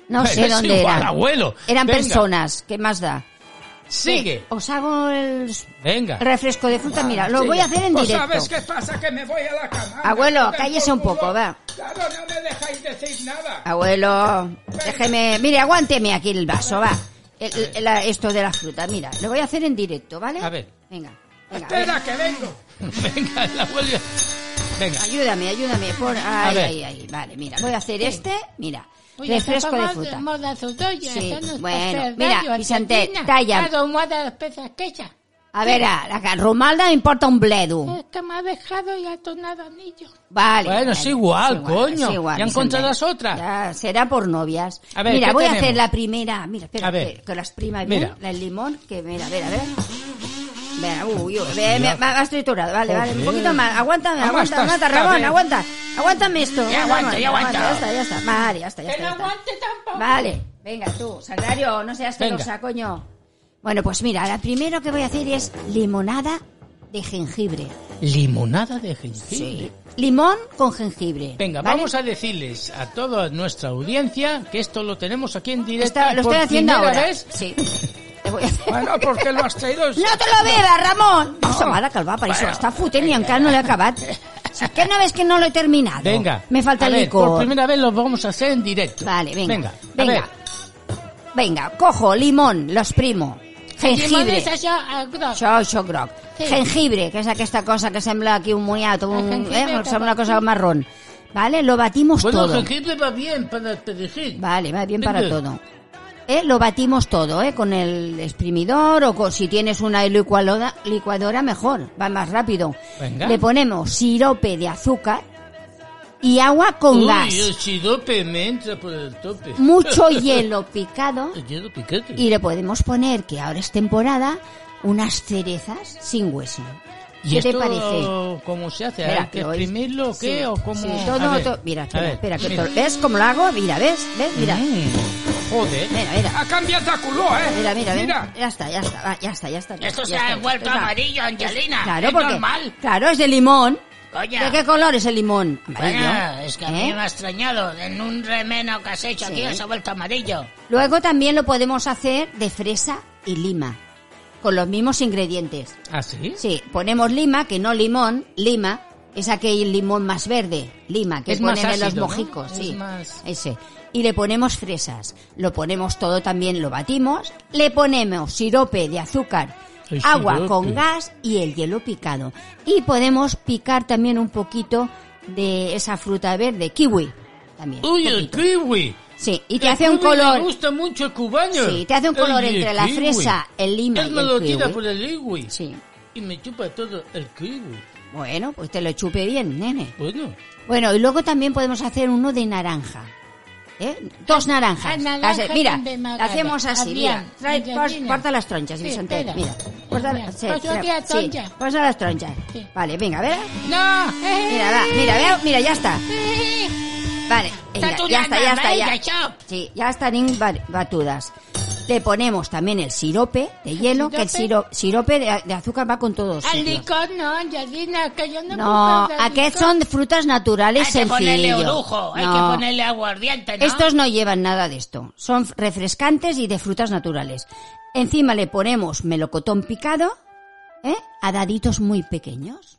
C: No sé
B: Es
C: dónde
B: igual,
C: eran.
B: abuelo.
C: Eran
B: Venga.
C: personas, ¿qué más da?
B: Sigue.
C: Os hago el
B: Venga.
C: refresco de frutas, mira, lo voy a hacer en
B: Pues
C: directo.
B: ¿Sabes qué pasa? Que me voy a la cama.
C: Abuelo,
B: Me den
C: cállese
B: por
C: un poco,
B: culo.
C: va.
B: Claro, no me dejáis decir nada.
C: Abuelo, déjeme, mire, aguánteme aquí el vaso, va. El- el- la- esto de la fruta, mira, lo voy a hacer en directo, ¿vale?
B: A ver.
C: Venga, venga.
B: Espera, que vengo. Venga, el abuelo. Venga.
C: Ayúdame, ayúdame. Por... Ay,
B: ver.
C: ay, ay. Vale, mira, voy a hacer este, mira.
D: Oye,
C: refresco de
D: estamos
C: fruta.
D: moda azudoya,
C: Sí,
D: esto no es
C: bueno,
D: por ser
C: mira,
D: radio,
C: Vicente,
D: Argentina.
C: talla.
D: Claro, moda las pesas quecha.
C: A ver, a la que- Romalda me importa un
B: Eh.
C: bledo.
D: Es que me ha dejado y ha tornado anillo.
C: Vale.
B: Bueno,
C: vale,
B: es igual, coño.
C: es igual,
B: Ya
C: Vicente.
B: encontré las otras.
C: Ya, será por novias.
B: A ver,
C: mira,
B: ¿qué
C: voy a
B: tenemos?
C: hacer la primera. Mira, espera,
B: A ver.
C: que, que las prima bien.
B: Mira.
C: la- El limón, que mira, a ver, a ver. Mira, uy, uy, ve, me, me has triturado. Vale, vale, un
B: Joder.
C: poquito más. Aguántame,
B: Vamos,
C: aguanta,
B: hasta-
C: aguanta,
B: hasta
C: Ramón,
B: ver.
C: aguanta. Aguántame esto.
A: Ya
C: Ramón,
A: aguanto, ya aguanto.
C: Ya está, ya está. Vale, ya está, ya
D: Que
C: está.
D: no
C: ya está.
D: aguante tampoco.
C: Vale, venga tú, Salario, no seas
B: Venga.
C: celosa, coño. Bueno, pues mira, la primero que voy a hacer es limonada de jengibre.
B: Limonada de jengibre.
C: Limón con jengibre.
B: Venga,
C: ¿vale?
B: vamos a decirles a toda nuestra audiencia que esto lo tenemos aquí en directo.
C: Está- lo
B: por
C: estoy haciendo
B: primera
C: ahora.
B: vez.
C: Sí. Te voy a hacer-
B: Bueno, porque lo has
C: [laughs]
B: traído.
C: No te lo bebas, Ramon! Això va, la calva, per això està fotent i encara no l'he acabat. Si que no ves que no lo he terminado.
B: Venga.
C: Me falta
B: a
C: el
B: ver,
C: licor.
B: Por primera vez lo vamos a hacer en directo.
C: Vale, venga.
B: Venga, a
C: Venga.
B: ver.
C: Venga, cojo limón, los primo.
D: Limón
C: Jengibre.
D: és això, el gros.
C: Això, això groc.
D: Sí.
C: Jengibre, que és aquesta cosa que sembla aquí un moniat,
D: El
C: un,
D: jengibre
C: eh,
D: que
C: sembla una cosa
D: batim.
C: marrón. Vale, lo batimos
B: Bueno, el
C: Pues todo.
B: jengibre va bien para el perejil.
C: Vale, va bien para
B: Venga.
C: todo. Eh, lo batimos todo, eh, con el exprimidor o con- si tienes una licuadora, licuadora mejor, va más rápido.
B: Venga.
C: Le ponemos sirope de azúcar y agua con
B: Uy,
C: gas,
B: el sirope me entra por el tope. [laughs]
C: mucho hielo picado
B: El hielo picante.
C: y le podemos poner, que ahora es temporada, unas cerezas sin hueso.
B: ¿Y
C: ¿Qué
B: esto,
C: te parece?
B: ¿Cómo se hace?
C: Espera,
B: ¿Hay que
C: lo oís.
B: exprimirlo o qué?
C: Sí,
B: ¿O cómo?
C: sí,
B: A
C: todo,
B: ver,
C: todo- Mira,
B: a
C: espera,
B: ver,
C: espera, que
B: mira.
C: to- ¿ves cómo lo hago? Mira, ¿ves? ¿Ves? Mira,
B: Mm, joder.
C: mira, mira.
E: Ha cambiado de culo, ¿eh?
C: Mira, mira, mira. Ya está, ya está, va, ya está, ya está.
A: Esto
C: ya
A: se
C: está, ya
A: ha vuelto
C: está.
A: amarillo, Angelina.
C: Claro,
A: es
C: porque.
A: normal.
C: Claro, es de limón.
A: Coño.
C: ¿De qué color es el limón? Amarillo.
A: Bueno, es que a mí
C: ¿Eh?
A: me ha extrañado. En un remeno que has hecho aquí se ha vuelto amarillo.
C: Luego también lo podemos hacer de fresa y lima. Con los mismos ingredientes.
B: ¿Ah, sí?
C: Sí, ponemos lima, que no limón, lima. Es aquel limón más verde, lima, que
B: Es más
C: ponen en los
B: ácido, ¿no?
C: mojicos,
B: Es
C: sí.
B: más-
C: Ese. Y le ponemos fresas. Lo ponemos todo también, lo batimos. Le ponemos sirope de azúcar
B: El
C: agua
B: sirope.
C: con gas y el hielo picado. Y podemos picar también un poquito de esa fruta verde, kiwi. También. un
B: Uy, el
C: poquito.
B: kiwi.
C: Sí, y te
B: El
C: hace un
B: kiwi
C: color.
B: Me gusta mucho el cubaño.
C: Sí, te hace un color
B: El
C: entre la
B: kiwi.
C: fresa, el lima
B: Él
C: y
B: me
C: el
B: lo
C: kiwi.
B: tira por el kiwi.
C: Sí.
B: Y me chupa todo el kiwi.
C: Bueno, pues te lo chupe bien, nene.
B: Bueno.
C: Bueno, y luego también podemos hacer uno de naranja. ¿Eh? Dos naranjas.
D: Ah, naranja
C: Las- mira,
D: también me
C: la
D: agrada.
C: hacemos así, mira.
D: Adrián,
C: Trae,
D: mira,
C: cor-
D: Adrián.
C: corta las tronchas,
D: Sí,
C: Vicente.
D: espera.
C: mira. Corta,
D: Mira,
C: sí,
D: corta
C: tra-
D: las
C: sí,
D: tronchas.
C: corta las tronchas.
D: Sí.
C: Vale, venga, a ver.
D: No, eh,
C: Mira, va, mira, veo, mira, ya está. Vale,
D: Está
C: ya,
D: tu
C: ya está,
D: nana,
C: ya está,
D: venga, chao.
C: ya. Sí, ya están ba- batudas. Le ponemos también el sirope de hielo, que el siro- sirope de, de azúcar va con todos.
D: Al licor no, Yadina, que yo no
C: No, aquests son frutas naturales
A: Hay que ponerle
C: sencillos.
A: orujo, hay que
C: No.
A: ponerle aguardiente, ¿no?
C: Estos no llevan nada de esto. Son refrescantes y de frutas naturales. Encima le ponemos melocotón picado, ¿eh? A daditos muy pequeños.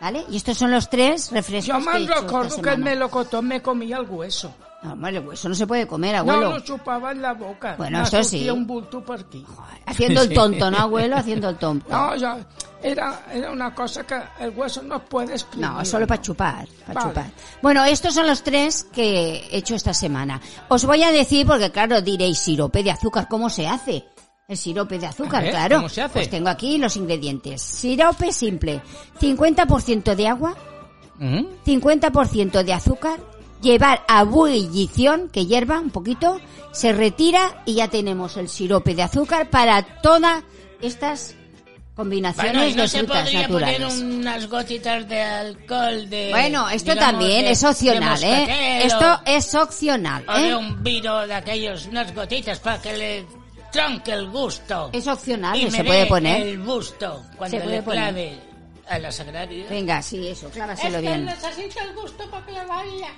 C: ¿Vale? Y estos son los tres refrescos
B: Yo
C: que he
B: me
C: hecho
B: recuerdo
C: esta
B: que el
C: semana.
B: melocotón me comía el hueso.
C: No, hombre, el hueso no se puede comer,
B: No
C: abuelo.
B: lo chupaba en la boca.
C: Bueno,
B: Me
C: eso
B: surtía
C: sí.
B: un bulto por aquí.
C: Haciendo
B: [laughs]
C: el tonto, ¿no, abuelo? Haciendo el tonto.
B: No, yo, era, era una cosa que el hueso no puede exprimir.
C: No, solo para chupar, para
B: Vale.
C: chupar. Bueno, estos son los tres que he hecho esta semana. Os voy a decir, porque claro, diréis, sirope de azúcar, ¿cómo se hace? El sirope de azúcar,
B: A ver,
C: claro.
B: ¿cómo se hace?
C: Pues tengo aquí los ingredientes. Sirope simple, 50% de agua, Mm. 50% de azúcar, llevar a ebullición, que hierva un poquito, se retira y ya tenemos el sirope de azúcar para todas estas combinaciones
A: Bueno, ¿y
C: de
A: no se
C: frutas
A: podría
C: naturales.
A: poner unas gotitas de alcohol de...
C: Bueno, esto
A: Eh, digamos,
C: también
A: de-
C: es opcional,
A: de
C: ¿eh?
A: moscatel
C: Esto
A: o-
C: es opcional,
A: O de
C: ¿eh?
A: un vino de aquellos, unas gotitas para que le tronque el gusto.
C: Es opcional,
A: y
C: que
A: me
C: se puede
A: dé
C: poner.
A: el gusto cuando
C: Se puede
A: le
C: poner.
A: clave a la sagraria.
C: Venga, sí, eso,
A: Este
C: clávaselo bien.
D: necesito el gusto para que lo baila.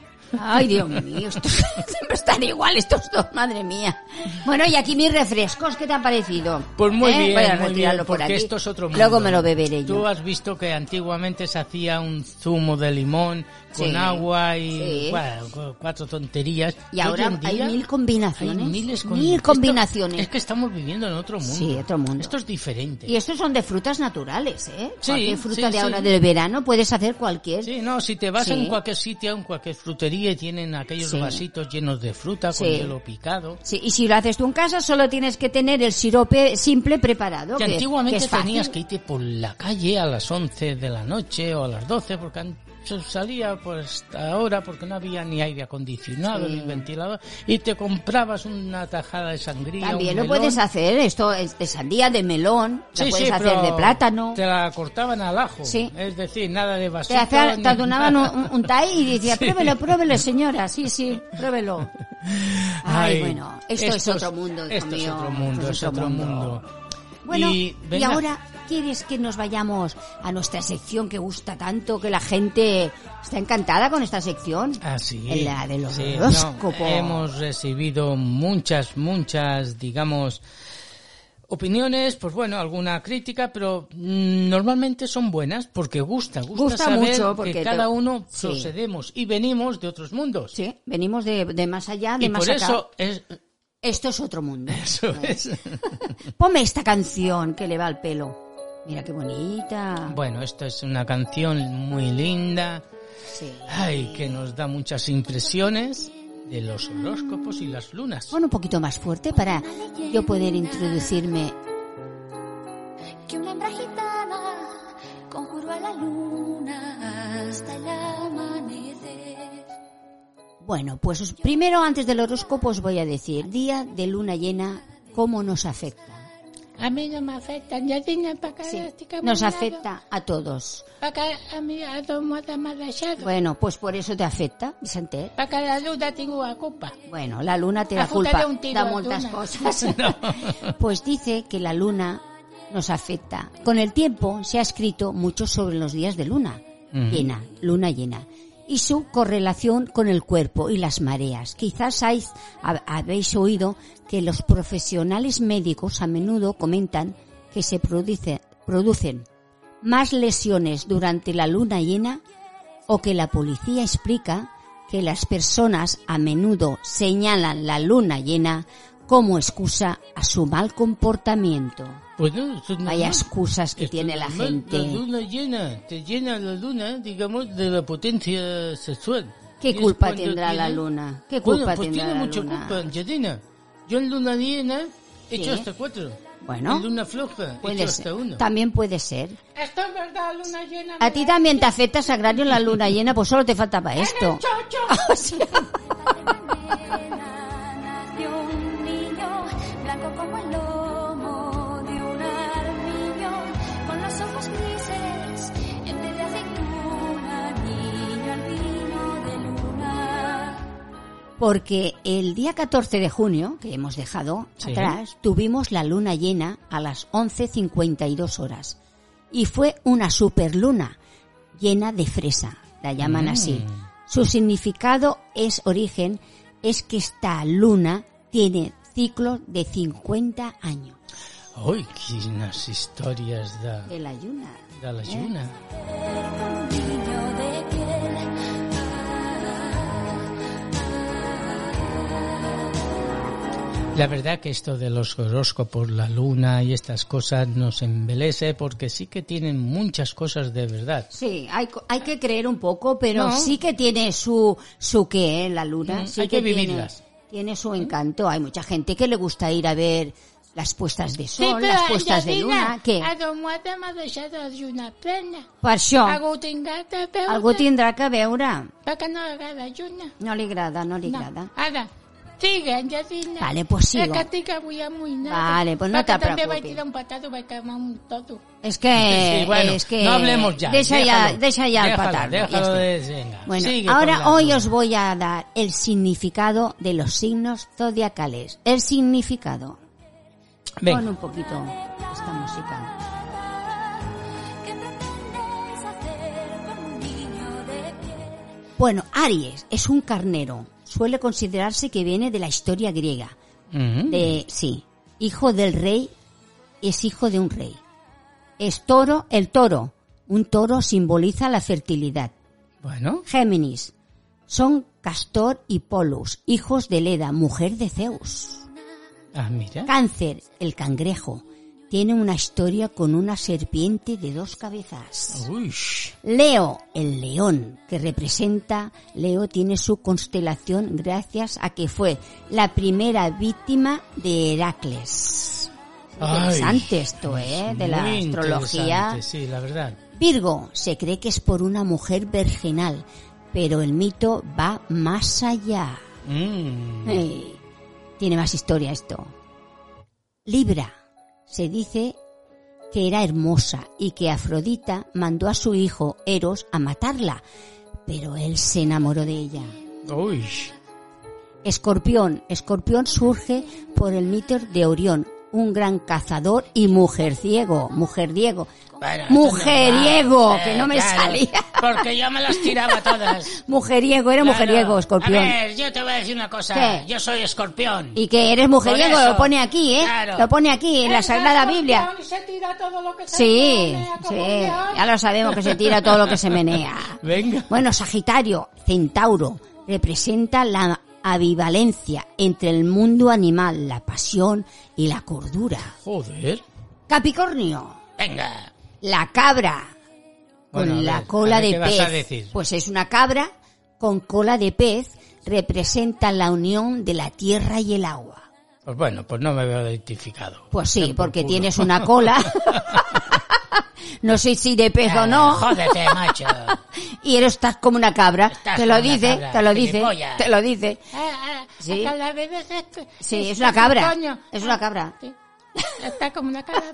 C: Ay, Dios mío, estos [laughs] siempre están igual estos dos, madre mía. Bueno, y aquí mis refrescos, ¿qué te han parecido?
B: Pues muy
C: ¿Eh?
B: bien,
C: Voy a
B: muy
C: retirarlo
B: bien,
C: por
B: porque
C: aquí.
B: esto es otro mundo.
C: Luego me lo beberé yo.
B: Tú has visto que antiguamente se hacía un zumo de limón con
C: Sí,
B: agua y
C: sí.
B: bueno, cu- cuatro tonterías.
C: Y ahora
B: Hoy en
C: hay
B: día
C: mil combinaciones.
B: hay miles con-
C: Mil
B: Esto-
C: combinaciones.
B: es que estamos viviendo en otro mundo.
C: Sí, otro mundo.
B: Esto es diferente.
C: Y estos son de frutas naturales, ¿eh?
B: Sí,
C: cualquier fruta
B: sí,
C: de ahora
B: sí.
C: del verano puedes hacer cualquier.
B: Sí, no, si te vas
C: Sí.
B: en cualquier sitio, en cualquier frutería, y tienen aquellos
C: Sí.
B: vasitos llenos de fruta con
C: Sí.
B: hielo picado.
C: Sí, y si lo haces tú en casa, solo tienes que tener el sirope simple preparado.
B: Que
C: que-
B: antiguamente
C: que es fácil.
B: tenías que irte por la calle a las 11 de la noche o a las 12 porque an- se salía pues ahora porque no había ni aire acondicionado
C: Sí.
B: ni ventilador y te comprabas una tajada de sangría.
C: También
B: un
C: lo
B: melón.
C: puedes hacer, esto es de sandía, de melón,
B: Sí,
C: lo puedes
B: sí,
C: hacer
B: pero
C: de plátano.
B: Te la cortaban al ajo.
C: Sí.
B: Es decir, nada de
C: Te,
B: vasito.
C: hacía-
B: ni
C: te adunaban
B: nada.
C: un, un- un
B: [laughs]
C: tay y decía, pruébelo, pruébelo, señora, sí, sí,
B: [laughs]
C: pruébelo. Ay, bueno, esto es otro mundo, hijo
B: Esto es
C: mío,
B: otro mundo,
C: esto
B: es otro mundo.
C: Bueno, y,
B: Y, venga.
C: ahora, ¿quieres que nos vayamos a nuestra sección que gusta tanto, que la gente está encantada con esta sección?
B: Ah, sí.
C: La de los
B: Sí, no,
C: horóscopos.
B: hemos recibido muchas, muchas, digamos, opiniones, pues bueno, alguna crítica, pero mm, normalmente son buenas porque gusta, gusta,
C: Gusta
B: saber
C: mucho
B: que
C: porque
B: cada
C: te-
B: uno
C: sí.
B: procedemos y venimos de otros mundos.
C: Sí, venimos de, de más allá, de
B: y
C: más
B: por
C: acá.
B: eso es...
C: Esto es otro mundo.
B: Eso es.
C: Ponme esta canción que le va al pelo. Mira qué bonita.
B: bueno, esto es una canción muy linda,
C: Sí.
B: ay, que nos da muchas impresiones de los horóscopos y las lunas.
C: Pon un poquito más fuerte para yo poder introducirme.
F: que una hembra gitana conjuró a la luna hasta el amanecer.
C: Bueno, pues os- primero antes del horóscopo os voy a decir, día de luna llena, ¿cómo nos afecta?
D: A mí no me afecta, Yadina, para que
C: Sí,
D: esté caminando,
C: nos afecta a todos.
D: Para que a mí a dos modas me ha dejado.
C: Bueno, pues por eso te afecta, Vicente.
D: Para que la luna tenga la culpa.
C: Bueno, la luna te da
D: Apúntale
C: culpa,
D: un tiro
C: da
D: a la
C: muchas
D: luna.
C: cosas.
D: [laughs]
C: [laughs] Pues dice que la luna nos afecta. Con el tiempo se ha escrito mucho sobre los días de luna
B: Ujú.
C: llena, luna llena, y su correlación con el cuerpo y las mareas. Quizás hay- hab- habéis oído que los profesionales médicos a menudo comentan que se produce- producen más lesiones durante la luna llena o que la policía explica que las personas a menudo señalan la luna llena como excusa a su mal comportamiento.
B: Pues no, esto es
C: Vaya
B: normal.
C: excusas que
B: Esto
C: tiene
B: es
C: la
B: normal.
C: gente.
B: La luna llena, te llena la luna, digamos, de la potencia sexual. Y
C: ¿Qué
B: es
C: culpa
B: cuando
C: tendrá la
B: tiene-
C: luna? ¿Qué culpa
B: Bueno, pues
C: tendrá
B: tiene
C: la
B: mucha
C: luna?
B: culpa, Angelina. Yo en luna llena he hecho
C: Sí.
B: hasta cuatro.
C: Bueno.
B: En luna floja he hecho
C: Puede
B: hasta
C: ser.
B: una.
C: También puede ser.
D: Esto es verdad, luna llena.
C: A ti también te afecta Sagrario la luna llena, pues solo te faltaba esto. O sea,
F: de un niño, blanco como el lomo de un armiño, con los ojos grises, en vez de aceituna, niño albino de luna.
C: Porque el día 14 de junio, que hemos dejado
B: Sí.
C: atrás, tuvimos la luna llena a las 11.52 horas. Y fue una superluna llena de fresa, la llaman
B: Mm.
C: así. Su significado es origen, es que esta luna tiene ciclos de 50 años.
B: Ay, quines historias de,
C: De la luna.
B: de
C: ¿Eh?
B: la lluna.
F: Un niño de piel,
B: La verdad que esto de los horóscopos, la luna y estas cosas nos embelece porque sí que tienen muchas cosas de verdad.
C: Sí, hay, co- hay que creer un poco, pero
B: No.
C: sí que tiene su, su qué, ¿eh? la luna.
B: Mm,
C: sí
B: hay que
C: tiene-
B: vivirlas.
C: Tiene, su encanto. Hay mucha gente que le gusta ir a ver las puestas de sol,
D: pero
C: las puestas de
D: Angelina,
C: luna. ¿Qué?
D: A don Mata m'ha deixat la lluna plena.
C: Per això,
D: Algú tindrà de veure.
C: algú tindrà que veure.
D: Perquè no agrada la lluna.
C: No li agrada, no li
D: No.
C: agrada.
D: Ara, sigue, Angelina.
C: Vale, pues sigo.
D: És que estic avui amoïnada.
C: Vale, pues no
D: Perquè
C: te
D: també vaig
C: preocupis.
D: tirar un petardo, vaig quemar un todo.
C: Es que,
B: Sí, bueno,
C: Eh, es que
B: no hablemos ya.
C: Deja ya,
B: déjalo,
C: deja ya el
B: déjalo,
C: patardo. ya está.
B: déjalo de- venga,
C: Bueno,
B: sigue con
C: ahora
B: la
C: hoy
B: luna.
C: os voy a dar el significado de los signos zodiacales. El significado. Pon
B: Venga,
C: un poquito esta música.
F: ¿qué pretendes hacer con un niño de piel?
C: Bueno, Aries es un carnero. Suele considerarse que viene de la historia griega.
B: Ujú.
C: De, sí, hijo del rey es hijo de un rey. Es toro, el toro. Un toro simboliza la fertilidad.
B: bueno,
C: Géminis. Son Castor y Polus, hijos de Leda, mujer de Zeus.
B: ah, mira.
C: Cáncer, el cangrejo. Tiene una historia con una serpiente de dos cabezas.
B: Uy,
C: Leo, el león, que representa, Leo tiene su constelación gracias a que fue la primera víctima de Heracles. Interesante esto, ¿eh? De la
B: muy
C: astrología.
B: interesante, Sí, la verdad.
C: Virgo, se cree que es por una mujer virginal, pero el mito va más allá.
B: Mm.
C: Eh, tiene más historia esto. Libra, se dice que era hermosa y que Afrodita mandó a su hijo Eros a matarla, pero él se enamoró de ella.
B: Uy,
C: Escorpión, Escorpión surge por el mito de Orión, un gran cazador y mujeriego, mujeriego,
A: Bueno, esto
C: mujeriego,
A: es normal.
C: que no me
A: Eh, claro,
C: salía.
A: Porque yo me las tiraba todas.
C: Mujeriego, [laughs] era
A: Claro.
C: mujeriego, Escorpión.
A: A ver, yo te voy a decir una cosa.
C: ¿Qué?
A: Yo soy escorpión.
C: Y que eres mujeriego,
A: Por eso.
C: lo pone aquí, ¿eh?
A: Claro.
C: Lo pone aquí, en la Sagrada Biblia.
D: Y se tira todo lo que se
C: Sí,
D: pone a
C: sí,
D: comunión.
C: ya lo sabemos que se tira todo lo que se menea.
B: [laughs] venga.
C: Bueno, Sagitario, Centauro, representa la avivalencia entre el mundo animal, la pasión y la cordura.
B: Joder.
C: Capricornio,
A: Venga.
C: la cabra, con
B: Bueno, a ver,
C: la
B: a
C: cola
B: ver
C: de
B: qué
C: pez.
B: vas a decir.
C: Pues es una cabra con cola de pez, representa la unión de la tierra y el agua.
B: Pues bueno, pues no me veo identificado.
C: Pues sí, porque
B: culo.
C: tienes una
B: [laughs]
C: cola. [laughs] no sé si de pez o no.
A: Eh, Jódete,
C: [laughs]
A: macho.
C: Y eres estás como una cabra.
A: Estás
C: te lo
A: como una
C: dice,
A: cabra,
C: te lo dice,
A: gilipollas.
C: te lo dice.
D: Ah, ah,
C: Sí.
D: A calaveras es,
C: Sí, es una cabra.
D: coño. Ah,
C: Es una cabra.
D: Sí. Está como
C: [laughs]
D: una calavera.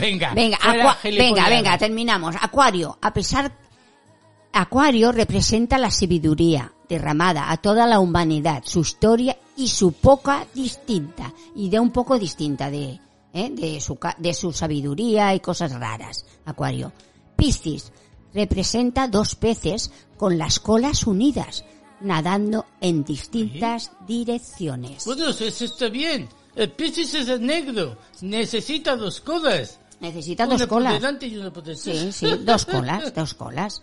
B: venga.
C: Venga,
B: fuera
C: acua- venga,
B: gilipollas.
C: venga, terminamos. Acuario, a pesar Acuario representa la sabiduría derramada a toda la humanidad, su historia y su poca distinta, y de un poco distinta de, ¿eh? de, su, ca- de su sabiduría y cosas raras, Acuario. Piscis representa dos peces con las colas unidas, nadando en distintas direcciones.
B: Bueno, eso está bien. El Piscis es el negro. Necesita dos colas.
C: Necesita dos
B: una por
C: colas.
B: delante y una por detrás.
C: Sí,
B: [laughs]
C: sí, dos colas, dos colas.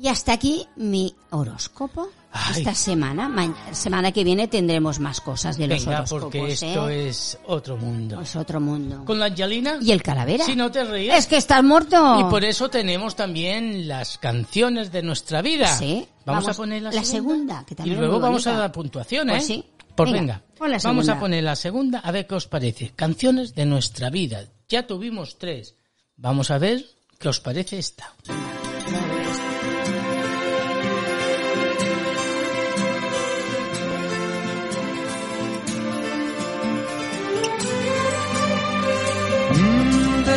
C: Y hasta aquí mi horóscopo.
B: Ay.
C: Esta semana, Ma- semana que viene tendremos más cosas de los
B: Venga,
C: horóscopos.
B: porque esto
C: ¿eh?
B: es otro mundo.
C: Es otro mundo.
B: ¿Con la Angelina?
C: ¿Y el calavera?
B: Si no te ríes.
C: Es que estás muerto.
B: Y por eso tenemos también las canciones de nuestra vida.
C: Sí.
B: Vamos, a poner la,
C: segunda, que también
B: y luego
C: es muy
B: vamos a
C: bonita.
B: dar puntuación, ¿eh?
C: Pues sí.
B: Pues
C: Venga,
B: venga,
C: pon la
B: vamos
C: segunda.
B: a poner la segunda, a ver qué os parece. Canciones de nuestra vida. Ya tuvimos tres. Vamos a ver qué os parece esta.
G: Mm, De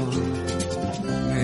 G: me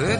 G: de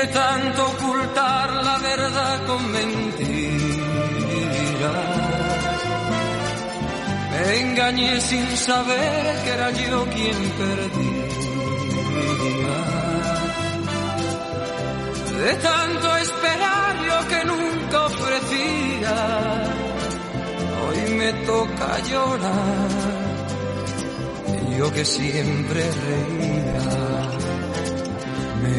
G: de tanto ocultar la verdad con mentiras. Me engañé sin saber que era yo quien perdía. De tanto esperar yo que nunca ofrecía, hoy me toca llorar. Yo que siempre reía me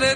G: de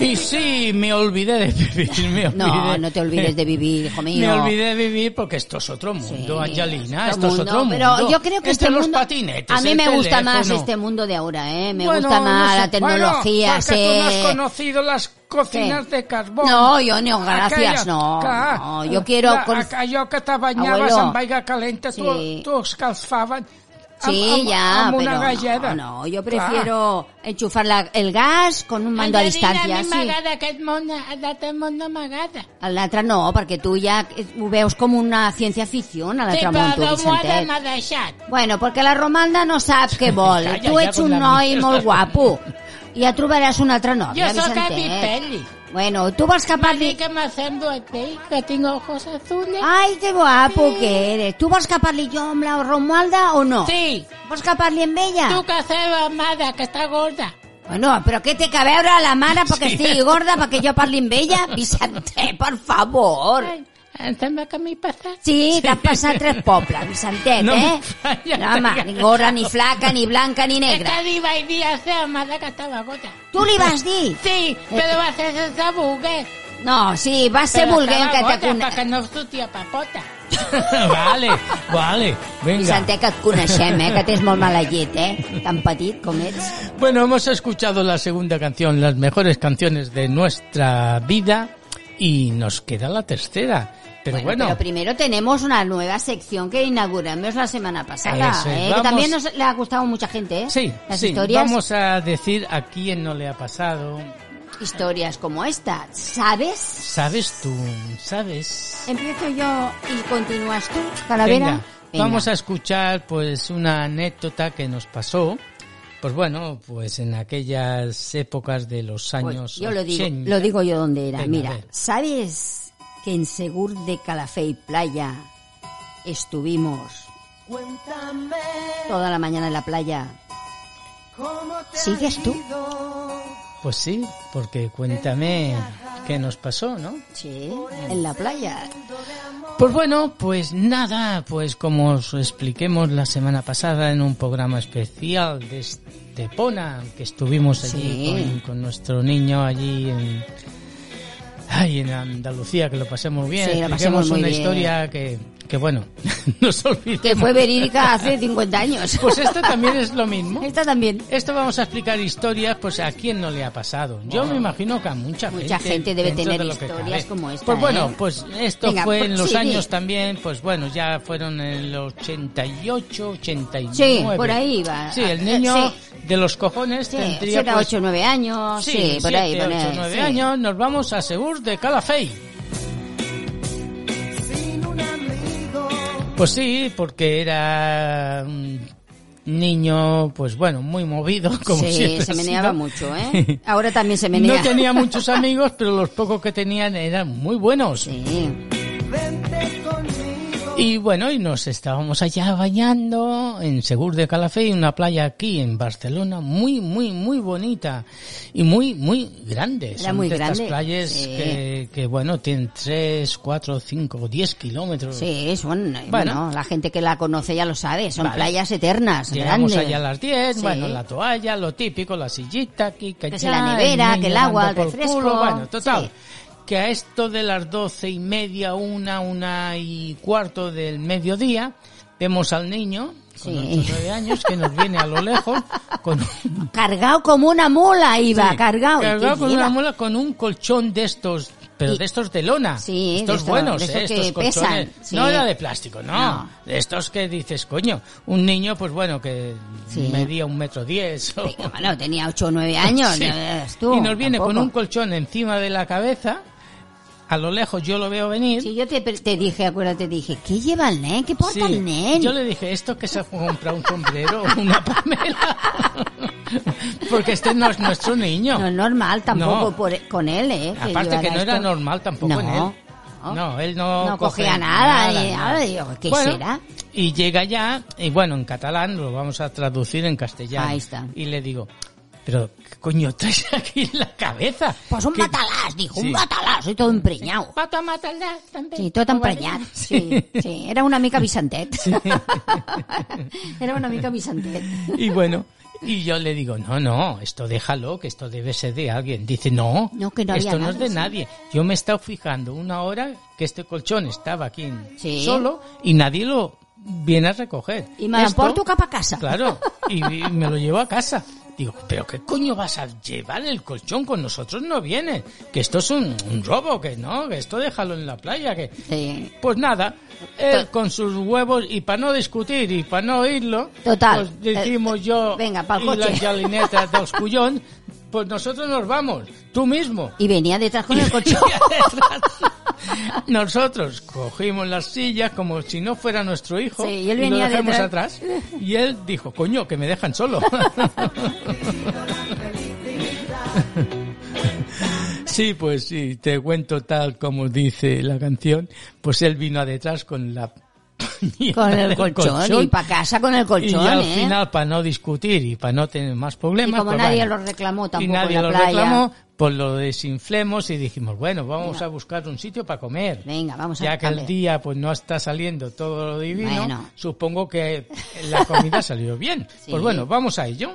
B: Y sí, me olvidé de
C: [laughs]
B: vivir. [laughs] me
C: No,
B: olvidé.
C: no te olvides de vivir, hijo mío.
B: Me olvidé de vivir porque esto es otro mundo,
C: Sí,
B: Angelina,
C: otro
B: esto es otro
C: mundo,
B: mundo.
C: Pero yo creo que
B: Entre
C: este
B: los
C: mundo,
B: patinetes,
C: a mí
B: el
C: me gusta
B: teléfono.
C: más este mundo de ahora, ¿eh? Me
B: Bueno,
C: gusta
B: no
C: más
B: sé.
C: la tecnología,
B: Bueno, porque tú no
C: sí.
B: has conocido las cocinas
C: Sí.
B: de carbón.
C: No, yo no, gracias,
B: Aquella-
C: no,
B: Ca-
C: no, yo quiero
B: la-
C: con-
B: acá yo que te bañabas
C: Abuelo.
B: en vaiga calenta,
C: Sí.
B: tú, tú os calzaban amb-
C: Sí,
B: amb-
C: ya,
B: amb una
C: pero no,
B: galleda.
C: no, yo
B: Clar.
C: prefiero enchufar la- el gas con un mando a
D: A
C: distancia,
D: mi
C: sí.
D: m'agrada aquest món, aquest món no m'agrada.
C: L'altre no, perquè tu ja eh, ho veus com una ciència ficció, a l'altre
D: Sí,
C: món, tu,
D: però Romualda
C: Vicentet.
D: m'ha deixat.
C: Bueno, perquè la Romalda no sap què vol.
B: Calla,
C: tu
B: ja
C: ets
B: con
C: un
B: la
C: noi
B: mierda.
C: molt guapo. Ja trobaràs una altra
D: Jo
C: nòvia,
D: sóc
C: Vicentet.
D: Abipelli.
C: Bueno, tu vols que
D: Parli
C: parli...
D: que m'assemblo a pell, que tinc ojos azules.
C: Ai, que guapo que eres. Tu vols que parli jo amb la Romualda o no? Ah.
D: Sí,
C: Vols que parli amb ella?
D: tu que seva mare, que està gorda.
C: Bueno, però què té que veure la mare perquè estigui gorda, perquè jo parli amb
B: [laughs]
C: ella? Vicente, per favor.
D: Ai, em sembla que m'he passat.
C: Sí, t'has passat tres pobles, Vicentet,
B: No
C: eh?
B: em falla,
C: no, home,
B: tenia-
C: ni gorda, ni flaca, ni blanca, ni
D: És
C: negra.
D: que li vaig dir a la seva mare que estava gorda.
C: Tu li vas dir?
D: Sí, però va ser sense voler.
C: No, sí, va ser
D: Però
C: volguent que
D: estava
C: te
D: gorda,
C: conec...
D: Perquè no sortia papota.
B: [laughs] vale, vale, venga.
C: Vicente, que et coneixem, eh? Que tens molt mala llet, eh? Tan petit com ets.
B: Bueno, hemos escuchado la segunda canción, las mejores canciones de nuestra vida, y nos queda la tercera. Pero bueno,
C: Pero primero tenemos una nueva sección que inauguramos la semana pasada.
B: Eso es,
C: ¿eh? Que
B: vamos-
C: también nos, le ha gustado mucha gente, ¿eh?
B: sí,
C: Las
B: sí,
C: historias,
B: vamos a decir a quién no le ha pasado.
C: historias como esta, ¿sabes?
B: ¿Sabes tú? ¿Sabes?
C: Empiezo yo y continúas tú, Calavera.
B: Venga,
C: Venga.
B: vamos a escuchar pues una anécdota que nos pasó. Pues bueno, pues en aquellas épocas de los
C: Pues
B: años
C: yo lo digo,
B: 80.
C: lo digo yo donde era.
B: Venga, a
C: Mira,
B: ver.
C: ¿sabes que en Segur de Calafé y Playa estuvimos toda la mañana en la playa? ¿Sigues tú?
B: Pues sí, porque cuéntame qué nos pasó, ¿no?
C: Sí, en la playa.
B: Pues bueno, pues nada, pues como os expliquemos la semana pasada en un programa especial de Estepona, que estuvimos allí
C: Sí.
B: con, con nuestro niño allí en, ay, en Andalucía, que lo pasé muy bien.
C: Sí, lo pasé
B: Expliquemos
C: muy
B: una
C: bien.
B: historia que, que bueno, [laughs] nos olvidemos.
C: Que fue verídica hace 50 años.
B: Pues
C: [laughs]
B: esto también es lo mismo.
C: Esta también.
B: Esto vamos a explicar historias, pues a quién no le ha pasado. Yo me imagino que a mucha gente.
C: Mucha gente debe
B: dentro
C: tener
B: de lo que
C: historias
B: cabe.
C: como esta,
B: Pues bueno,
C: ¿eh?
B: pues esto
C: Venga,
B: fue
C: pues
B: en los
C: sí,
B: años
C: sí.
B: también, pues bueno, ya fueron en el 88, 89.
C: Sí, por ahí va.
B: Sí, el
C: Ah,
B: niño
C: sí.
B: de los cojones
C: Sí,
B: tendría
C: será
B: pues,
C: 8 o 9 años. Sí, por ahí,
B: siete,
C: por ahí.
B: ocho, nueve
C: sí.
B: años, nos vamos a Segur de Calafell. Pues sí, porque era un niño, pues bueno, muy movido, [laughs] como
C: Sí,
B: siempre
C: se
B: ha
C: meneaba
B: sido.
C: mucho,
B: [laughs]
C: ¿eh? Ahora también se menea.
B: No
C: [laughs]
B: tenía muchos amigos, pero los pocos que tenían eran muy buenos.
C: Sí.
B: Y bueno, y nos estábamos allá bañando en Segur de Calafell, una playa aquí en Barcelona muy, muy, muy bonita y muy, muy grande.
C: Era
B: Son
C: muy
B: de estas
C: grande,
B: playas
C: sí.
B: que, que, bueno, tienen 3, 4, 5, 10 kilómetros.
C: Sí, son, eh, bueno,
B: Pues Bueno.
C: la gente que la conoce ya lo sabe, son
B: Vale.
C: playas eternas,
B: Llegamos
C: grandes.
B: allá a las 10,
C: Sí.
B: bueno, la toalla, lo típico, la sillita, aquí, que,
C: Que si
B: allá,
C: la nevera,
B: niño
C: que el agua,
B: dando
C: el
B: por
C: refresco.
B: culo, bueno, total.
C: Sí.
B: Que a esto de las doce y media, una, una y cuarto del mediodía, vemos al niño, con
C: Sí.
B: ocho o nueve años, que nos viene a lo lejos,
C: [laughs]
B: con un,
C: Cargado como una mula iba,
B: sí,
C: cargado. ¿Y qué
B: con
C: lleva?
B: una muela, con un colchón de estos, pero
C: Y-
B: de estos de lona.
C: Sí, de
B: estos
C: estos-
B: buenos,
C: de estos
B: eh,
C: que
B: estos colchones.
C: pesan, sí.
B: No era de plástico, no.
C: No.
B: De estos que dices, coño, un niño, pues bueno, que
C: Sí.
B: medía un metro diez. o-
C: Sí, bueno, tenía 8 o 9 años,
B: [laughs] Sí.
C: ya ves tú,
B: y nos viene con
C: tampoco.
B: un colchón encima de la cabeza. A lo lejos yo lo veo venir.
C: Sí, yo te, te dije, acuérdate, dije, ¿qué lleva el nen? ¿Qué porta
B: Sí.
C: el nen?
B: Yo le dije, esto que se ha comprado un sombrero o una pamela. [laughs] Porque este no es nuestro niño.
C: No es normal tampoco
B: No.
C: por- con él, ¿eh?
B: Aparte que
C: llevara
B: no era
C: esto.
B: normal tampoco en
C: No.
B: él. No, él no,
C: No
B: coge
C: cogía nada,
B: nada,
C: y
B: nada.
C: ahora digo, ¿qué
B: Bueno,
C: será?
B: Y llega ya, y bueno, en catalán lo vamos a traducir en castellano.
C: Ahí está.
B: Y le digo, pero ¿qué coño traes aquí en la cabeza?
C: Pues un
B: ¿Qué-
C: batalás, dijo,
B: Sí.
C: un batalás, soy todo empreñado.
D: Pato a matar-la, també.
C: Sí, tot emprenyat. Sí, sí, [laughs] era una mica Vicentet. Era una mica Vicentet.
B: Y bueno, Y yo le digo, no, no, esto déjalo, que esto debe ser de alguien. Dice, no,
C: No, que no había
B: esto no es
C: nada,
B: de
C: sí.
B: nadie. Yo me he estado fijando una hora que este colchón estaba aquí en-
C: Sí.
B: solo y nadie lo viene a recoger.
C: Y me lo
B: Esto-
C: porto capa a casa.
B: Claro, y, y me lo llevo a casa. Digo, pero ¿qué coño vas a llevar el colchón con nosotros? No viene. Que esto es un, un robo, que no, que esto déjalo en la playa, que...
C: Sí.
B: Pues nada, él con sus huevos y para no discutir y para no oírlo,
C: Total,
B: pues decimos
C: eh,
B: yo
C: venga, pa'l
B: y
C: coche. [laughs]
B: las yalinetas de Oscullón, pues nosotros nos vamos, tú mismo.
C: Y venía detrás
B: [laughs]
C: con el colchón.
B: Nosotros cogimos las sillas como si no fuera nuestro hijo
C: Sí, y él
B: lo
C: venía
B: dejamos
C: detrás.
B: atrás. Y él dijo, coño, que me dejan solo. [laughs] Sí, pues sí, te cuento tal como dice la canción, pues él vino a detrás con la...
C: con el
B: del
C: colchón, y para casa con el
B: Y
C: colchón,
B: ya al
C: ¿eh?
B: final, para no discutir y para no tener más problemas...
C: Y como
B: pues
C: nadie
B: vale.
C: lo reclamó
B: Y
C: tampoco
B: nadie
C: en la
B: lo
C: playa.
B: reclamó, pues lo desinflemos y dijimos, bueno, vamos
C: Venga.
B: a buscar un sitio para comer.
C: Venga, vamos a
B: ya que el
C: cambiar.
B: día pues no está saliendo todo lo divino,
C: Bueno.
B: supongo que
C: [laughs]
B: la comida salió bien.
C: Sí.
B: Pues bueno, vamos a ello.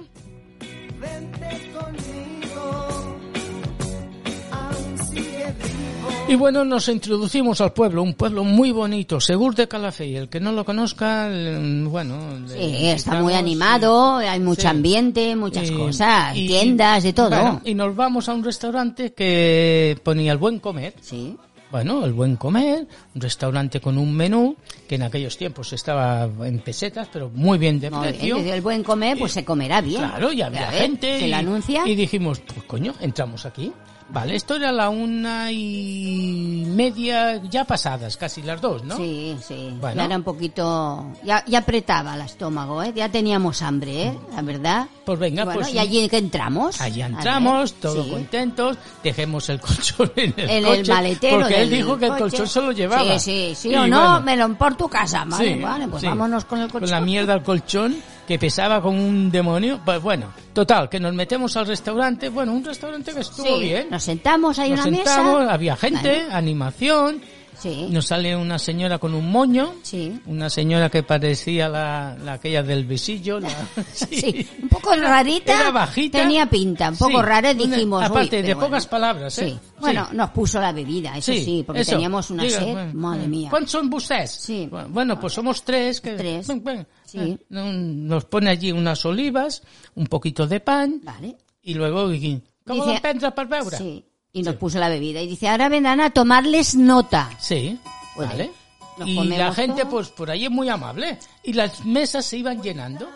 B: Y bueno, nos introducimos al pueblo, un pueblo muy bonito, Segur de Calafell. El que no lo conozca, el- bueno... le
C: Sí, está muy
B: invitamos y-
C: animado, hay mucho
B: Sí.
C: ambiente, muchas
B: y-
C: cosas,
B: Eh, y-
C: tiendas, de todo.
B: bueno, y nos vamos a un restaurante que ponía el buen comer.
C: Sí,
B: Bueno, el buen comer, un restaurante con un menú que en aquellos tiempos estaba en pesetas, pero muy bien de
C: muy
B: precio.
C: bien. El buen comer, pues se comerá bien.
B: Claro, ya había
C: A ver,
B: gente.
C: Se
B: y,
C: la anuncia.
B: Y dijimos, pues coño, entramos aquí. Vale, esto era la una y media, ya pasadas, casi las dos, ¿no?
C: Sí, sí.
B: Bueno.
C: Ya era un poquito... Ya, ya apretaba el estómago, ¿eh? Ya teníamos hambre, ¿eh? La verdad.
B: Pues venga,
C: bueno,
B: pues-
C: Y allí que entramos.
B: Allí
C: A ver,
B: entramos, todos
C: sí.
B: contentos, dejemos el [laughs] colchón en el
C: En
B: coche.
C: el maletero
B: Porque él
C: del
B: dijo que el
C: coche.
B: colchón se lo llevaba.
C: Sí, sí, sí
B: Y
C: o no,
B: bueno,
C: me lo importo casa. Vale,
B: sí,
C: vale, pues
B: sí.
C: vámonos con el coche.
B: Con la mierda al colchón, que pesaba como un demonio. Pues bueno, total, que nos metemos al restaurante. Bueno, un restaurante que estuvo
C: Sí,
B: bien.
C: Nos sentamos, hay
B: Nos
C: una
B: sentamos,
C: mesa.
B: había gente, animación.
C: Sí.
B: Nos sale una señora con un moño. [laughs]
C: Sí.
B: Una señora que parecía la, la aquella del visillo.
C: [laughs]
B: la- [laughs]
C: Sí, un poco rarita.
B: Era bajita.
C: Tenía pinta, un poco
B: Sí,
C: rara, y
B: una-
C: dijimos. "Uy,
B: aparte,
C: pero
B: de
C: bueno".
B: pocas palabras, ¿eh?
C: Sí. Bueno, nos puso la bebida, eso sí, porque
B: eso.
C: teníamos una
B: Diga,
C: sed.
B: bueno,
C: Madre mía.
B: ¿Cuántos son ustedes?
C: Sí.
B: Bueno, pues somos tres. Que,
C: Tres.
B: Ven, ven. Eh,
C: Sí.
B: Un- Nos pone allí unas olivas, un poquito de pan
C: Vale.
B: y luego... y- ¿Cómo
C: Dice-
B: lo encuentras para beure?
C: Sí. Y nos puso la bebida y dice, ahora vendrán a tomarles nota.
B: Sí,
C: Pues
B: vale.
C: nos
B: Y
C: comemos
B: la gente,
C: todo.
B: pues por ahí es muy amable. Y las mesas se iban llenando.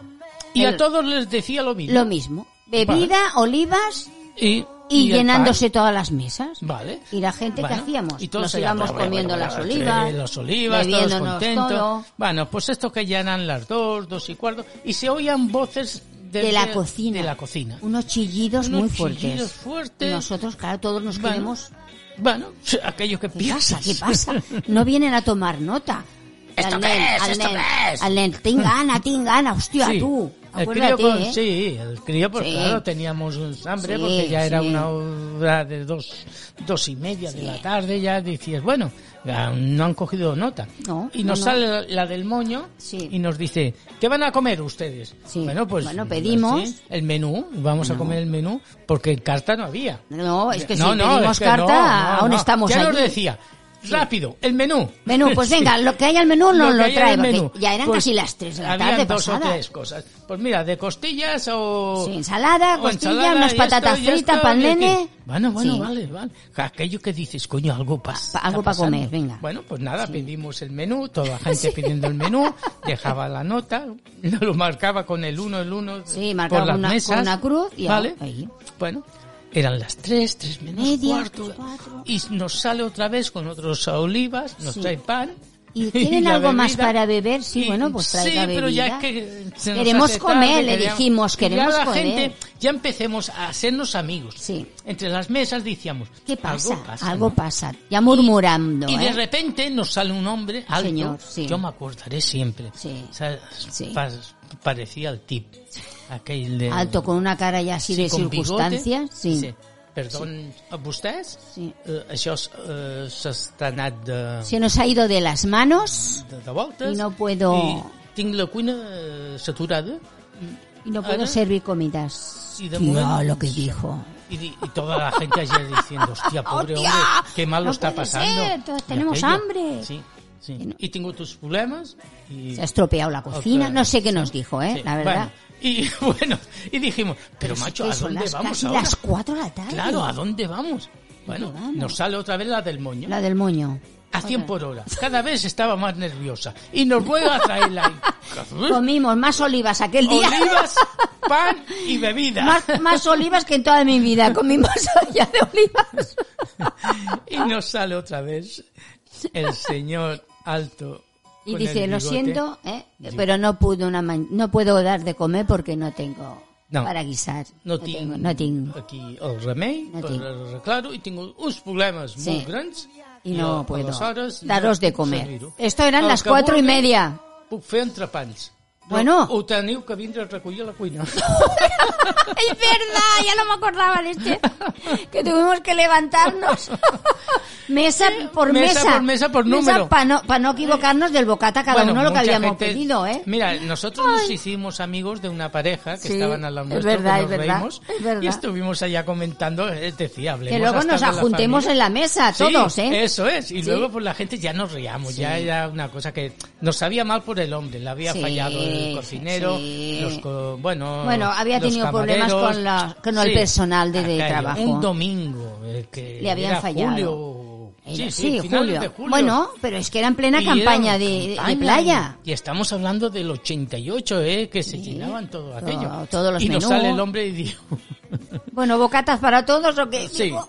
B: Y
C: El-
B: a todos les decía lo mismo.
C: Lo mismo. Bebida, olivas
B: Y,
C: y,
B: y el
C: llenándose todas las mesas.
B: pan. Vale.
C: Y la gente que
B: Bueno,
C: hacíamos,
B: y todos
C: nos
B: allá,
C: íbamos
B: bueno,
C: comiendo
B: bueno,
C: las
B: bueno,
C: olivas,
B: sí, las olivas, todos
C: bebiéndonos
B: contentos.
C: todo.
B: Bueno, pues esto que ya eran las dos, dos y cuarto, y se oían voces
C: de,
B: desde-
C: la cocina.
B: De la cocina.
C: Unos chillidos
B: Unos
C: muy fuertes.
B: chillidos fuertes.
C: Y Nosotros, claro, todos nos
B: Bueno,
C: quedamos.
B: Bueno, [laughs] aquello que
C: ¿Qué pasa?
B: piensas. [laughs]
C: ¿Qué pasa? No vienen a tomar nota.
A: ¿Esto
C: Al
A: qué
C: nen,
A: es?
C: al
A: ¿Esto
C: nen,
A: qué es?
C: Al nen, ten gana, ten gana, hostia,
B: Sí,
C: tú.
B: El crío
C: Acuérdate,
B: con-
C: ¿eh?
B: Sí, el crío, pues
C: Sí.
B: claro, teníamos hambre
C: Sí,
B: porque ya era
C: sí.
B: una hora de dos, dos y media de la tarde, ya decías, bueno, ya no han cogido nota.
C: No,
B: y
C: no,
B: nos
C: no.
B: sale la, la del moño
C: Sí.
B: y nos dice, ¿qué van a comer ustedes?
C: Sí.
B: Bueno, pues
C: Bueno, pedimos.
B: sí, el menú, vamos a comer el menú, porque en carta no había.
C: No, es que
B: no,
C: si
B: no,
C: pedimos
B: es que
C: carta,
B: no, no,
C: aún
B: no.
C: estamos
B: Ya nos
C: allí.
B: decía, rápido, el menú.
C: Menú, pues venga,
B: [laughs] Sí
C: lo que hay al menú no lo,
B: que hay en
C: trae,
B: el
C: porque
B: menú.
C: ya eran
B: Pues
C: casi las 3 de la
B: habían
C: tarde
B: dos o
C: pasada.
B: tres cosas. Pues mira, de costillas o...
C: Sí, ensalada,
B: o
C: costilla,
B: ensalada,
C: unas
B: y
C: patatas
B: esto, y
C: fritas
B: esto,
C: pa'l
B: y aquí.
C: nene.
B: Bueno, bueno,
C: Sí.
B: vale, vale. Aquello que dices, coño, algo pasa.
C: Pa- algo pa' comer, venga.
B: Bueno, pues nada, pedimos el menú, toda
C: [laughs]
B: la gente pidiendo el menú, dejaba la nota, [laughs] lo marcaba con el uno, el uno,
C: Sí,
B: por
C: marcaba
B: las
C: una,
B: mesas.
C: con una cruz y
B: vale.
C: ahí.
B: Bueno, eran las tres, tres menos
C: Media,
B: cuarto.
C: cuatro.
B: Y nos sale otra vez con otros olivas, nos
C: Sí.
B: trae pan. [laughs]
C: ¿Y quieren
B: la
C: algo más
B: bebida.
C: para beber? Sí, bueno, pues
B: sí,
C: traiga
B: pero ya es
C: bebida.
B: que se nos
C: Queremos
B: hace
C: comer,
B: tarde,
C: le
B: queríamos-
C: dijimos,
B: y ya
C: queremos
B: la
C: comer.
B: gente, ya empecemos a hacernos amigos.
C: Sí.
B: Entre las mesas decíamos,
C: ¿Qué pasa? Algo pasa,
B: ¿no?
C: ya murmurando,
B: Y
C: ¿eh?
B: de repente nos sale un hombre alto.
C: Señor, sí.
B: Yo me acordaré siempre.
C: Sí.
B: O sea,
C: Sí.
B: pa- parecía el tip. Aquel de-
C: Alto, con una cara ya así de
B: con
C: circumstancias.
B: bigote.
C: Sí.
B: Perdón, a vostès?
C: Sí.
B: Eh, això s- eh, s'està anat de,
C: Se nos ha ido de las manos.
B: de, de voltes.
C: I no puedo-
B: I tinc la cuina eh, saturada.
C: Y no puedo
B: Ana,
C: servir comidas.
B: y de
C: Tío,
B: momento-
C: lo que dijo.
B: Y, di- y toda la gente ayer diciendo, hostia, pobre
C: ¡Hostia!
B: hombre, qué mal lo
C: No
B: está
C: puede ser,
B: pasando.
C: todos
B: Y
C: tenemos
B: aquello.
C: hambre.
B: Sí, sí. Y tengo tus problemas. Y...
C: Se ha estropeado la cocina.
B: Ok,
C: No sé qué nos dijo, ¿eh?
B: sí,
C: La verdad.
B: bueno, y [laughs] bueno, y dijimos, pero,
C: Sí
B: macho,
C: que
B: ¿a
C: son
B: dónde
C: las
B: vamos
C: casi
B: ahora?
C: las 4 de la tarde.
B: Claro, ¿a dónde vamos? Bueno,
C: vamos?
B: nos sale otra vez la del moño.
C: La del moño.
B: A 100 por hora. Cada vez estaba más nerviosa. Y nos vuelve a
C: [laughs]
B: traer la...
C: Comimos más olivas aquel día.
B: ¿Eh? Olivas, pan y bebida.
C: más, más olivas que en toda mi
B: [laughs]
C: vida. Comí más allá de olivas.
B: Y nos sale otra vez el señor alto.
C: Y
B: con
C: dice,
B: el
C: lo
B: bigote".
C: siento, ¿eh? pero no puedo una ma- no puedo dar de comer porque no tengo
B: No.
C: para guisar.
B: No,
C: tengo,
B: tinc,
C: no tinc.
B: aquí el remei,
C: No
B: per
C: tinc.
B: arreglar-ho, i tinc uns problemes
C: Sí.
B: molt grans.
C: Y no
B: a-
C: puedo
B: aleshores, no
C: daros de comer.
B: servir-ho.
C: Esto eran
B: El
C: las
B: que
C: cuatro y
B: vulgui,
C: media.
B: Puc fer entrepans. Però
C: Bueno.
B: Ho teniu que vindre a recollir a la cuina.
C: [laughs] Es verdad, ya no me acordaba de este. Que tuvimos que
B: [laughs]
C: levantarnos. mesa por
B: Mesa
C: mesa.
B: por mesa por número.
C: Para no, pa no equivocarnos del bocata [laughs] cada
B: Bueno,
C: uno lo que
B: mucha
C: habíamos
B: gente-
C: pedido, ¿eh?
B: Mira, nosotros nos hicimos amigos de una pareja que
C: Sí,
B: estaban al lado
C: es
B: nuestro,
C: verdad,
B: que
C: es
B: nos
C: verdad,
B: reímos,
C: es verdad.
B: y estuvimos allá comentando, es decir, hablemos
C: Que luego
B: hasta
C: nos
B: de la
C: ajuntemos
B: familia.
C: en la mesa
B: Sí,
C: todos, ¿eh?
B: Eso es. Y
C: Sí.
B: luego, pues la gente ya nos reíamos. Ya era una cosa que nos sabía mal por el hombre. Le había
C: Sí,
B: fallado el cocinero.
C: sí.
B: Los co- bueno,
C: Bueno, había
B: los
C: tenido problemas
B: camareros.
C: con la- con el personal de- de
B: Aquello,
C: trabajo.
B: Un domingo. eh, que
C: Le habían
B: era
C: fallado.
B: Julio.
C: Era-
B: Sí, sí,
C: sí,
B: finales
C: julio.
B: de julio.
C: Bueno, pero es que era en plena
B: Y
C: campaña
B: era
C: de, de
B: campaña,
C: playa.
B: Y estamos hablando del 88, ¿eh? Que se llenaban todo aquello.
C: todos los
B: y nos
C: menús.
B: sale el hombre y dijo...
C: Bueno, bocatas para todos, ¿o qué?
B: Sí,
C: Digo,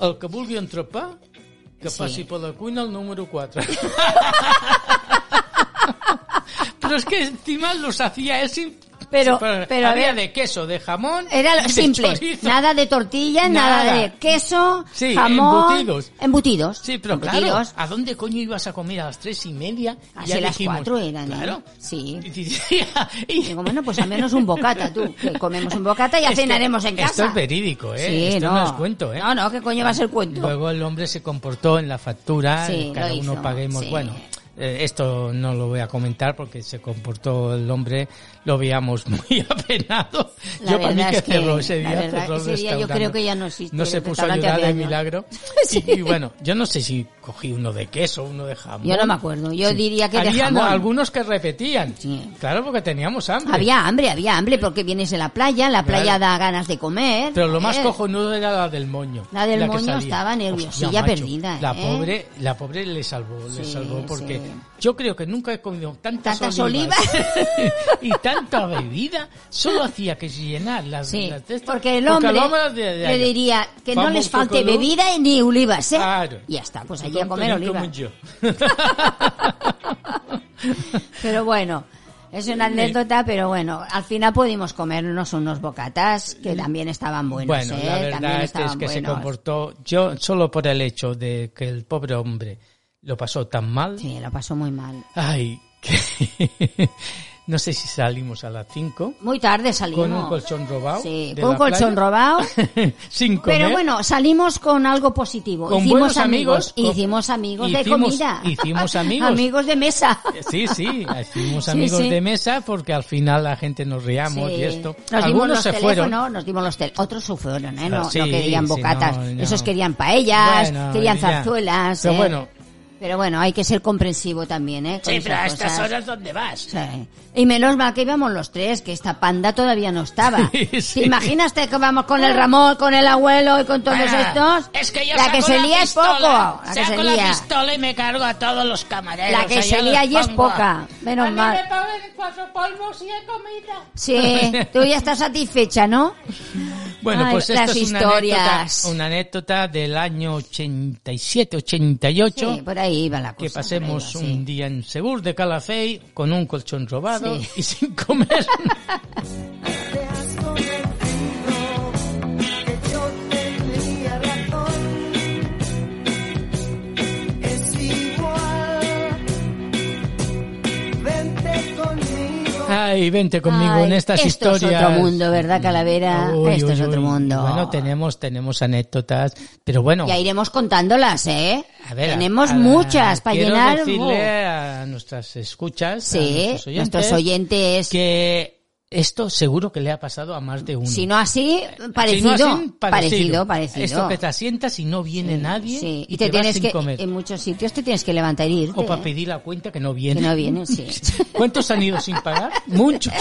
B: el que vulgui entropar, que
C: Sí.
B: passi per la cuina el número
C: [laughs]
B: 4. Pero es que encima los hacía él sin...
C: Pero-
B: sin-
C: pero a
B: había
C: ver.
B: de queso, de jamón,
C: Era
B: de
C: simple,
B: chorizo.
C: nada de tortilla, nada,
B: Nada.
C: de queso,
B: Sí,
C: jamón,
B: embutidos.
C: embutidos,
B: Sí, pero claro,
C: embutidos.
B: ¿a dónde coño ibas a comer a las tres y media? Y
C: Así Ah, las cuatro eran, ¿eh?
B: Claro.
C: Sí.
B: Y decía- [laughs] y-
C: Digo, bueno, pues al menos un bocata, tú, que comemos un bocata y ya
B: Esto-
C: cenaremos en casa.
B: Esto es verídico, ¿eh?
C: Sí,
B: esto
C: no.
B: no. es cuento, ¿eh?
C: No, no, ¿qué coño va a ser cuento?
B: Luego el hombre se comportó en la factura, eh,
C: Sí,
B: cada
C: lo hizo,
B: uno paguemos.
C: sí.
B: Bueno, eh, esto no lo voy a comentar porque se comportó el hombre, lo veíamos [laughs] muy apenado.
C: La
B: yo para mí
C: verdad
B: que,
C: es que,
B: cerró ese
C: la
B: día,
C: verdad,
B: cerró el
C: ese día yo
B: restaurante.
C: creo que ya no existe
B: No
C: el
B: se puso a
C: restaurante
B: ayudar
C: hace
B: de
C: años.
B: milagro.
C: [laughs] Sí.
B: Y, y bueno, yo no sé si cogí uno de queso, uno de jamón.
C: Yo no me acuerdo, yo diría que de
B: Habían
C: jamón.
B: algunos que repetían.
C: Sí.
B: Claro, porque teníamos hambre.
C: Había hambre, había hambre, porque vienes de la playa, la
B: Claro.
C: playa da ganas de comer.
B: Pero lo más
C: Eh,
B: cojonudo era la del moño.
C: La del
B: que
C: moño
B: salía.
C: estaba nerviosilla,
B: Hostia, macho,
C: perdida,
B: La
C: ¿eh?
B: pobre, la pobre le salvó, le
C: Sí,
B: salvó porque
C: sí.
B: yo creo que nunca he comido tantas,
C: Tantas
B: [laughs] y tanta bebida. Solo hacía que llenar las,
C: Sí,
B: las de estas-
C: porque el hombre
B: hombre de-
C: le
B: de-
C: diría que no
B: Vamos,
C: les falte
B: chocolate.
C: bebida ni olivas, ¿eh?
B: Claro.
C: Y ya está, pues allí
B: Tonto
C: a comer
B: yo como
C: olivas.
B: yo.
C: [laughs] Pero bueno, es una anécdota, pero bueno, al final pudimos comernos unos bocatas que también estaban buenos,
B: bueno,
C: ¿eh?
B: la
C: también
B: verdad es que
C: estaban
B: se
C: buenos.
B: comportó yo solo por el hecho de que el pobre hombre lo pasó tan mal.
C: Sí, lo pasó muy mal.
B: Ay, que- [laughs] no sé si salimos a las 5
C: Muy tarde salimos.
B: con un colchón robado.
C: Sí,
B: de
C: con un
B: la playa.
C: colchón
B: [laughs]
C: robado.
B: Sin comer.
C: Pero bueno, salimos con algo positivo.
B: Con buenos
C: hicimos amigos,
B: amigos, con-
C: hicimos amigos de
B: hicimos-
C: comida. [laughs]
B: hicimos amigos.
C: amigos de mesa.
B: Sí, sí,
C: [laughs]
B: hicimos
C: Sí,
B: amigos
C: sí.
B: de mesa porque al final la gente nos riamos
C: Sí.
B: y esto.
C: Nos dimos
B: Algunos
C: los
B: se
C: teléfonos,
B: fueron.
C: nos dimos los tel- otros se fueron, ¿eh? No,
B: Ah, sí,
C: no querían
B: sí,
C: bocatas,
B: no, no.
C: esos querían paellas,
B: Bueno,
C: querían
B: ya.
C: zarzuelas,
B: Pero
C: ¿eh?
B: bueno.
C: Pero bueno, hay que ser comprensivo también, ¿eh? Con
A: Sí, pero a
C: esas
A: estas
C: cosas.
A: horas, ¿dónde vas?
C: Sí. Y menos mal que íbamos los tres, que esta panda todavía no estaba.
B: [laughs] Sí, sí.
C: ¿Te imaginas que vamos con el Ramón, con el abuelo y con todos
A: Ah,
C: estos?
A: Es que yo
C: la
A: saco
C: que se
A: la
C: lía es poco.
A: pistola,
C: La que
A: saco
C: se
A: la
C: lía.
A: pistola y me cargo a todos los camareros.
C: La que
A: allá
C: se
A: los
C: lía allí es
A: pongo a-
C: poca. Menos mal.
D: pagan cuatro polvos y hay comida.
B: [laughs]
C: Sí, tú ya estás satisfecha, ¿no?
B: Bueno,
C: Ay,
B: pues
C: las
B: esto es
C: historias.
B: Una, anécdota, una anécdota del año 87, 88.
C: Sí, pues, por ahí iba la cosa.
B: que pasemos
C: por ahí va, sí.
B: un día en Segur de Calafey con un colchón robado
C: Sí.
B: y
C: [laughs]
B: sin comer.
H: Te has convencido que yo tenía razón. Es igual. Vente conmigo.
B: Ay, vente conmigo en
C: Ay,
B: estas
C: esto
B: historias.
C: es otro mundo, ¿verdad, Calavera?
B: Uy,
C: esto
B: uy,
C: es otro
B: uy.
C: mundo.
B: Bueno, tenemos, tenemos anécdotas, pero bueno.
C: Ya iremos contándolas, ¿eh?
B: a ver,
C: Tenemos
B: a- a-
C: muchas para
B: quiero
C: llenar.
B: decirle
C: uh,
B: a nuestras escuchas, a
C: sí,
B: nuestros oyentes,
C: nuestros oyentes.
B: que Esto seguro que le ha pasado a más de uno.
C: Si no así,
B: Si
C: parecido,
B: no hacen,
C: parecido, parecido.
B: Esto que te asientas y no viene nadie
C: Sí,
B: y, te, vas
C: tienes
B: sin
C: que,
B: comer.
C: en muchos sitios te tienes que levantar y irte,
B: O para
C: ¿eh?
B: pedir la cuenta que no
C: que
B: viene.
C: no vienen, sí.
B: [laughs] ¿Cuántos han ido sin pagar? Muchos.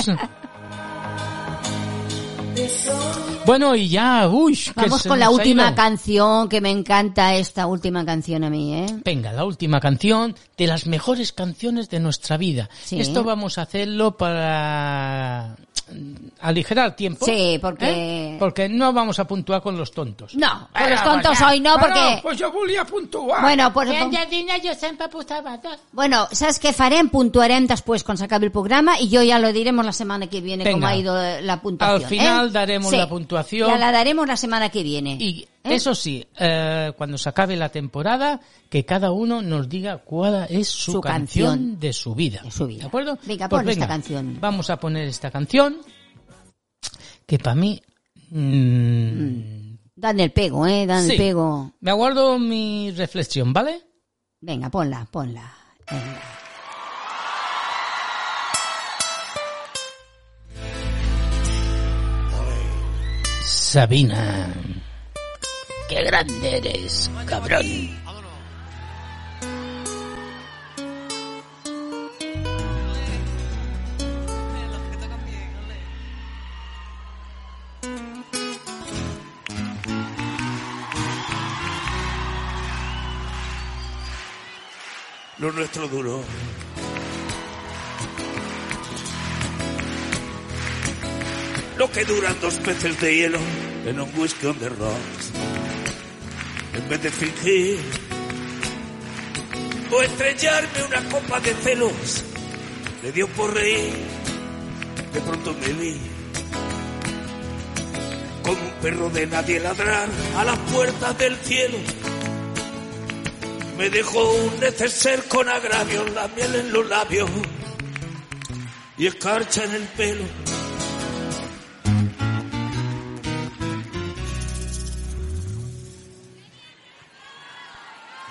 B: Bueno, y ya, uy. que
C: [laughs] Vamos
B: se
C: con la
B: nos ha
C: última
B: ido.
C: canción, que me encanta esta última canción a mí, ¿eh?
B: Venga, la última canción de las mejores canciones de nuestra vida.
C: Sí.
B: Esto vamos a hacerlo para mm, aligerar tiempo.
C: Sí, porque-
B: ¿eh? Porque no vamos a puntuar con los tontos.
C: No, pues con los tontos hoy no, porque...
B: pues yo volia puntuar.
C: Bueno, pues...
D: Que en Lladina jo sempre apostava dos.
C: Bueno, ¿sabes qué farem? Puntuarem después cuando se acabe el programa y yo ya lo diremos la semana que viene
B: Venga.
C: cómo ha ido eh, la puntuación.
B: Al final
C: ¿eh?
B: daremos
C: Sí.
B: la puntuación.
C: Ya la daremos la semana que viene.
B: Y
C: ¿eh?
B: eso sí, eh, cuando se acabe la temporada, que cada uno nos diga cuál es su,
C: Su
B: canción,
C: canción
B: de su vida.
C: de su vida.
B: ¿De acuerdo? Pues
C: Venga, pon esta canción.
B: Vamos a poner esta canción, que para mí... mm,
C: Dan el pego, ¿eh? Dan
B: sí.
C: el pego.
B: Me aguardo mi reflexión, ¿vale?
C: Venga, ponla, ponla. Venga.
B: Sabina.
A: Qué grande eres, cabrón.
I: Lo nuestro duro. Lo que duran dos peces de hielo en un whisky on the rocks. En vez de fingir o estrellarme una copa de celos, le dio por reír. De pronto me vi como un perro de nadie ladrar a las puertas del cielo. Me dejó un neceser con agravio, la miel en los labios y escarcha en el pelo.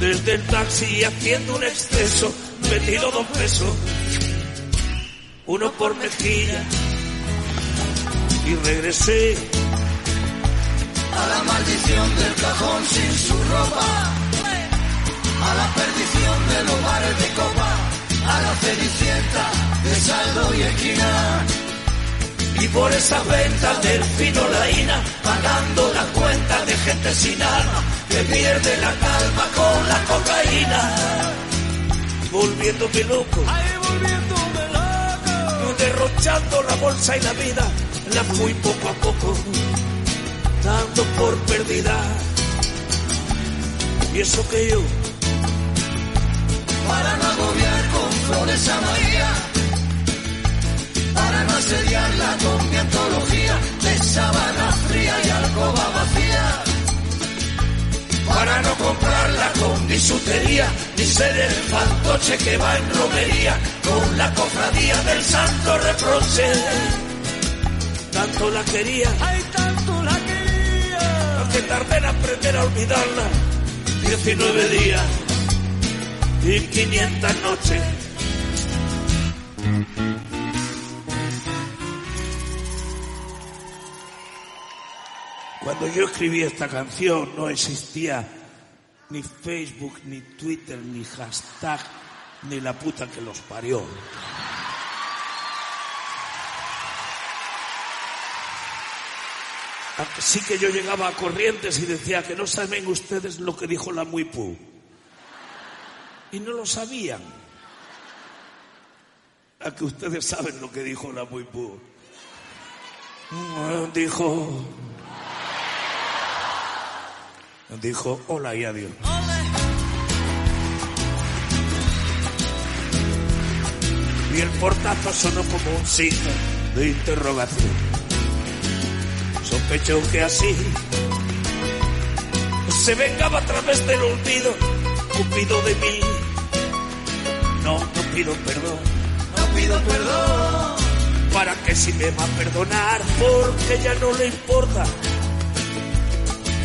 I: Desde el taxi haciendo un exceso, me tiró dos pesos. Uno por mejilla. Y regresé y por esa venta del finolaína pagando la cuenta de gente sin alma que pierde la calma con la cocaína volviéndome loco derrochando la bolsa y la vida la fui poco a poco dando por perdida y eso que yo para no comprarla con bisutería, ni ser el fantoche que va en romería con la cofradía del santo reproche. Tanto la quería, ay, tanto la quería, aunque tardé en aprender a olvidarla, 19 días y 500 noches. Cuando yo escribí esta canción no existía ni Facebook, ni Twitter, ni hashtag, ni la puta que los parió. Así que yo llegaba a Corrientes y decía que no saben ustedes lo que dijo la Muipu. Y no lo sabían. A que ustedes saben lo que dijo la Muipu. Mm, Dijo, dijo hola y adiós. Y el portazo sonó como un signo de interrogación. Sospecho que así se vengaba a través del olvido, Cupido de mí. No, no pido perdón, no pido perdón. ¿Para que si me va a perdonar? Porque ya no le importa.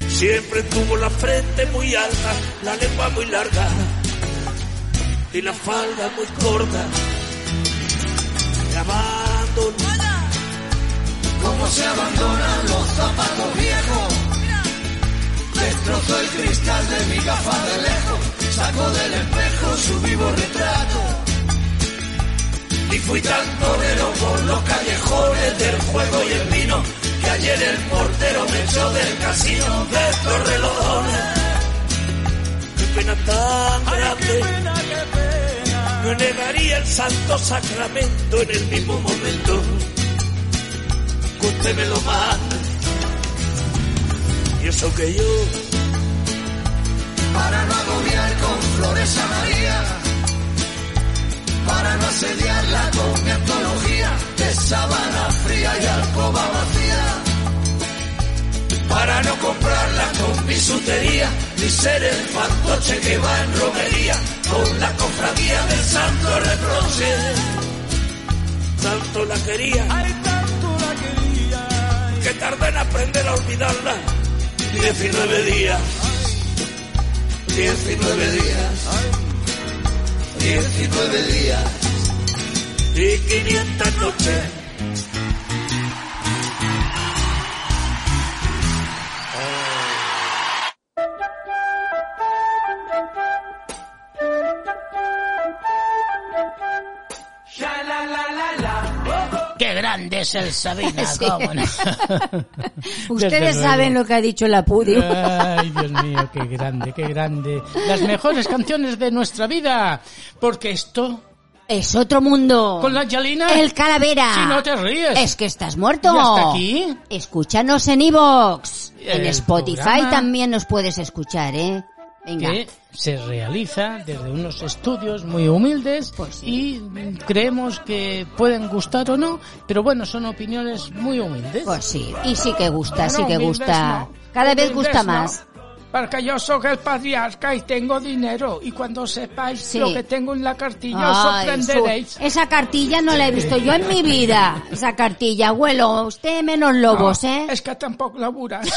I: Siempre tuvo la frente muy alta, la lengua muy larga y la falda muy corta. Me abandonó.
G: Cómo se abandonan los zapatos viejos. Destrozó el cristal de mi gafa de lejos. Sacó del espejo su vivo retrato.
I: Y fui tan torero por los callejones del juego y el vino que ayer el portero me echó del casino de Torrelodones. Qué pena tan grande. No negaría el santo sacramento en el mismo momento que usted me lo manda. Y eso que yo,
G: Para no agobiar con flores a María. Para no asediarla con mi antología de sábana fría y alcoba vacía.
I: para no comprarla con bisutería, ni ser el fantoche que va en romería, con la cofradía del santo reproche. Tanto la quería. que tarda en aprender a olvidarla. 19 días, 19 días, 19 días y 500 noches.
A: Qué grande es el Sabina,
C: [laughs] Sí.
A: cómo no.
C: Ustedes
B: luego. Eh.
C: saben lo que ha dicho la Pudio.
B: Ay, Dios mío, qué grande, qué grande. Las mejores canciones de nuestra vida. Porque esto,
C: Es otro mundo.
B: con la Yalina...
C: El calavera.
B: Si no te ríes.
C: Es que estás muerto.
B: ¿Y hasta aquí?
C: Escúchanos en Evox. En
B: El
C: Spotify
B: programa.
C: también nos puedes escuchar, ¿eh? Venga.
B: que se realiza desde unos estudios muy humildes
C: Pues sí.
B: y mm, creemos que pueden gustar o no, pero bueno, son opiniones muy humildes.
C: Pues sí. Y sí que gusta, sí
B: No,
C: que
B: humildes
C: gusta.
B: no.
C: Cada vez
B: Humildes
C: gusta
B: no,
C: más.
B: Porque yo soy el patriarca y tengo dinero y cuando sepáis
C: Sí.
B: lo que tengo en la cartilla os
C: Ay,
B: sorprenderéis.
C: su- ¿Eh? esa cartilla no la he visto yo en mi
B: [laughs]
C: vida. Esa cartilla, abuelo, usted menos lobos, ¿eh?
B: Es que tampoco laburas.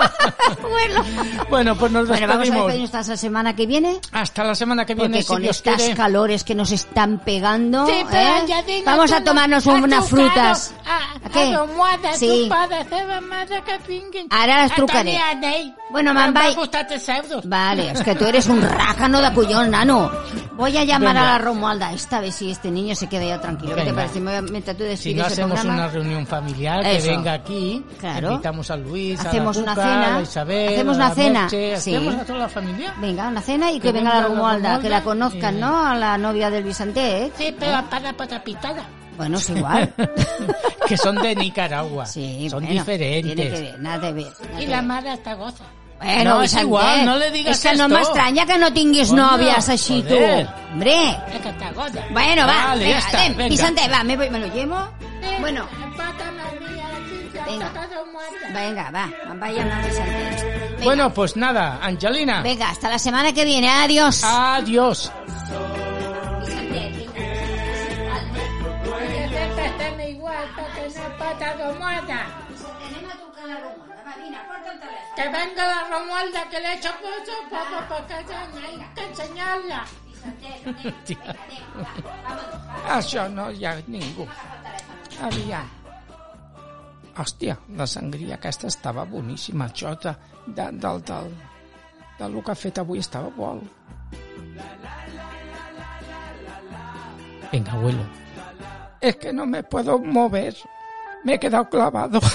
B: [laughs]
C: Abuelo.
B: bueno, pues nos
C: Bueno, vamos a
B: despedimos.
C: despedirnos hasta la semana que viene.
B: Hasta la semana que viene,
C: Porque
B: si
C: con
B: Dios
C: estas
B: quiere.
C: calores que nos están pegando,
D: Sí, pero
C: ¿eh?
D: ya digo,
C: vamos
D: tú
C: a
D: no-
B: Ah,
C: tomarnos
D: a
C: unas
D: tu
C: frutas.
D: caro, A,
C: ¿A
D: a
C: qué?
D: almohadas,
C: Sí.
D: tupadas, sabamadas, que pinguen.
C: Ara les
D: A
C: trucaré.
D: Damianei.
C: Bueno,
D: Em
C: Mambay.
D: Va costar 3 euros.
C: Vale, es que tú eres un rácano de acullón, nano. Voy a llamar a la Romualda esta vez si este niño se queda ya tranquilo. ¿Qué te
B: Venga.
C: parece? Me voy a- Mientras tú
B: Si
C: despides
B: no
C: el
B: hacemos
C: programa,
B: una reunión familiar,
C: Eso.
B: que venga aquí,
C: Claro.
B: invitamos a Luis,
C: Hacemos
B: a
C: una
B: la Cuca, a
C: cena.
B: la Isabel,
C: Hacemos
B: a
C: una
B: la
C: cena,
B: Merche,
C: sí.
B: hacemos a toda la familia.
C: venga, una cena y que,
B: Que
C: venga,
B: venga
C: la
B: la
C: Romualda, que la
B: Romualda
C: conozcan,
B: y-
C: ¿no? A la novia del Vicente, ¿eh?
D: Sí, pero apaga por la pitada.
C: Bueno, es igual.
B: [laughs] que son de Nicaragua,
C: Sí,
B: son
C: bueno, Tiene que
B: diferentes.
C: ver, nada de ver. nada
D: Y
C: de
D: la
C: ver.
D: mara hasta goza.
C: Bueno,
B: No, és
C: Vicente,
B: igual, no le digues
C: és que no
B: esto.
C: m'estranya que no tinguis
B: Coño,
C: nòvies així, tu.
B: joder.
C: Hombre.
D: Es que hasta goza.
C: Bueno, va,
B: Vale,
C: venga,
B: ya está,
C: anem,
B: venga.
C: Vicente, va, me, voy- me lo llevo. Bueno,
D: Empata la mía, sí, ya
C: Venga.
D: está todo muerto.
C: venga, va, me'n vaig amb el Vicente. Venga,
B: Bueno, pues nada, Angelina,
C: venga, hasta la semana que viene, adiós.
B: Ah. adiós.
D: Que siempre están igual, porque no es pata de muerta. Que venga la Romualda, que le he hecho mucho poco, porque ya no hay que enseñarla.
B: Hòstia. Això Ah, no hi ha ningú. Aviam. Hòstia, la sangria aquesta estava boníssima, xota. De, del, del, del que ha fet avui estava bo. Venga, abuelo. Es que no me puedo mover. Me he quedado clavado. [laughs]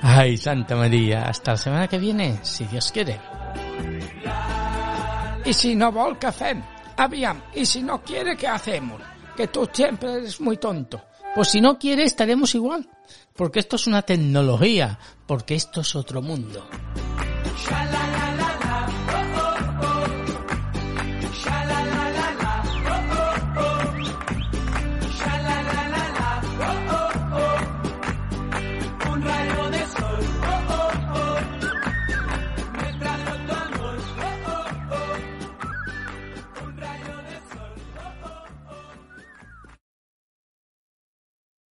B: Ay, Santa María, hasta la semana que viene, si Dios quiere. Y si no vol, ¿qué hacemos? Aviam, y si no quiere, ¿qué hacemos? Que tú siempre eres muy tonto. Pues si no quiere, estaremos igual. Porque esto es una tecnología, porque esto es otro mundo.
G: La, la,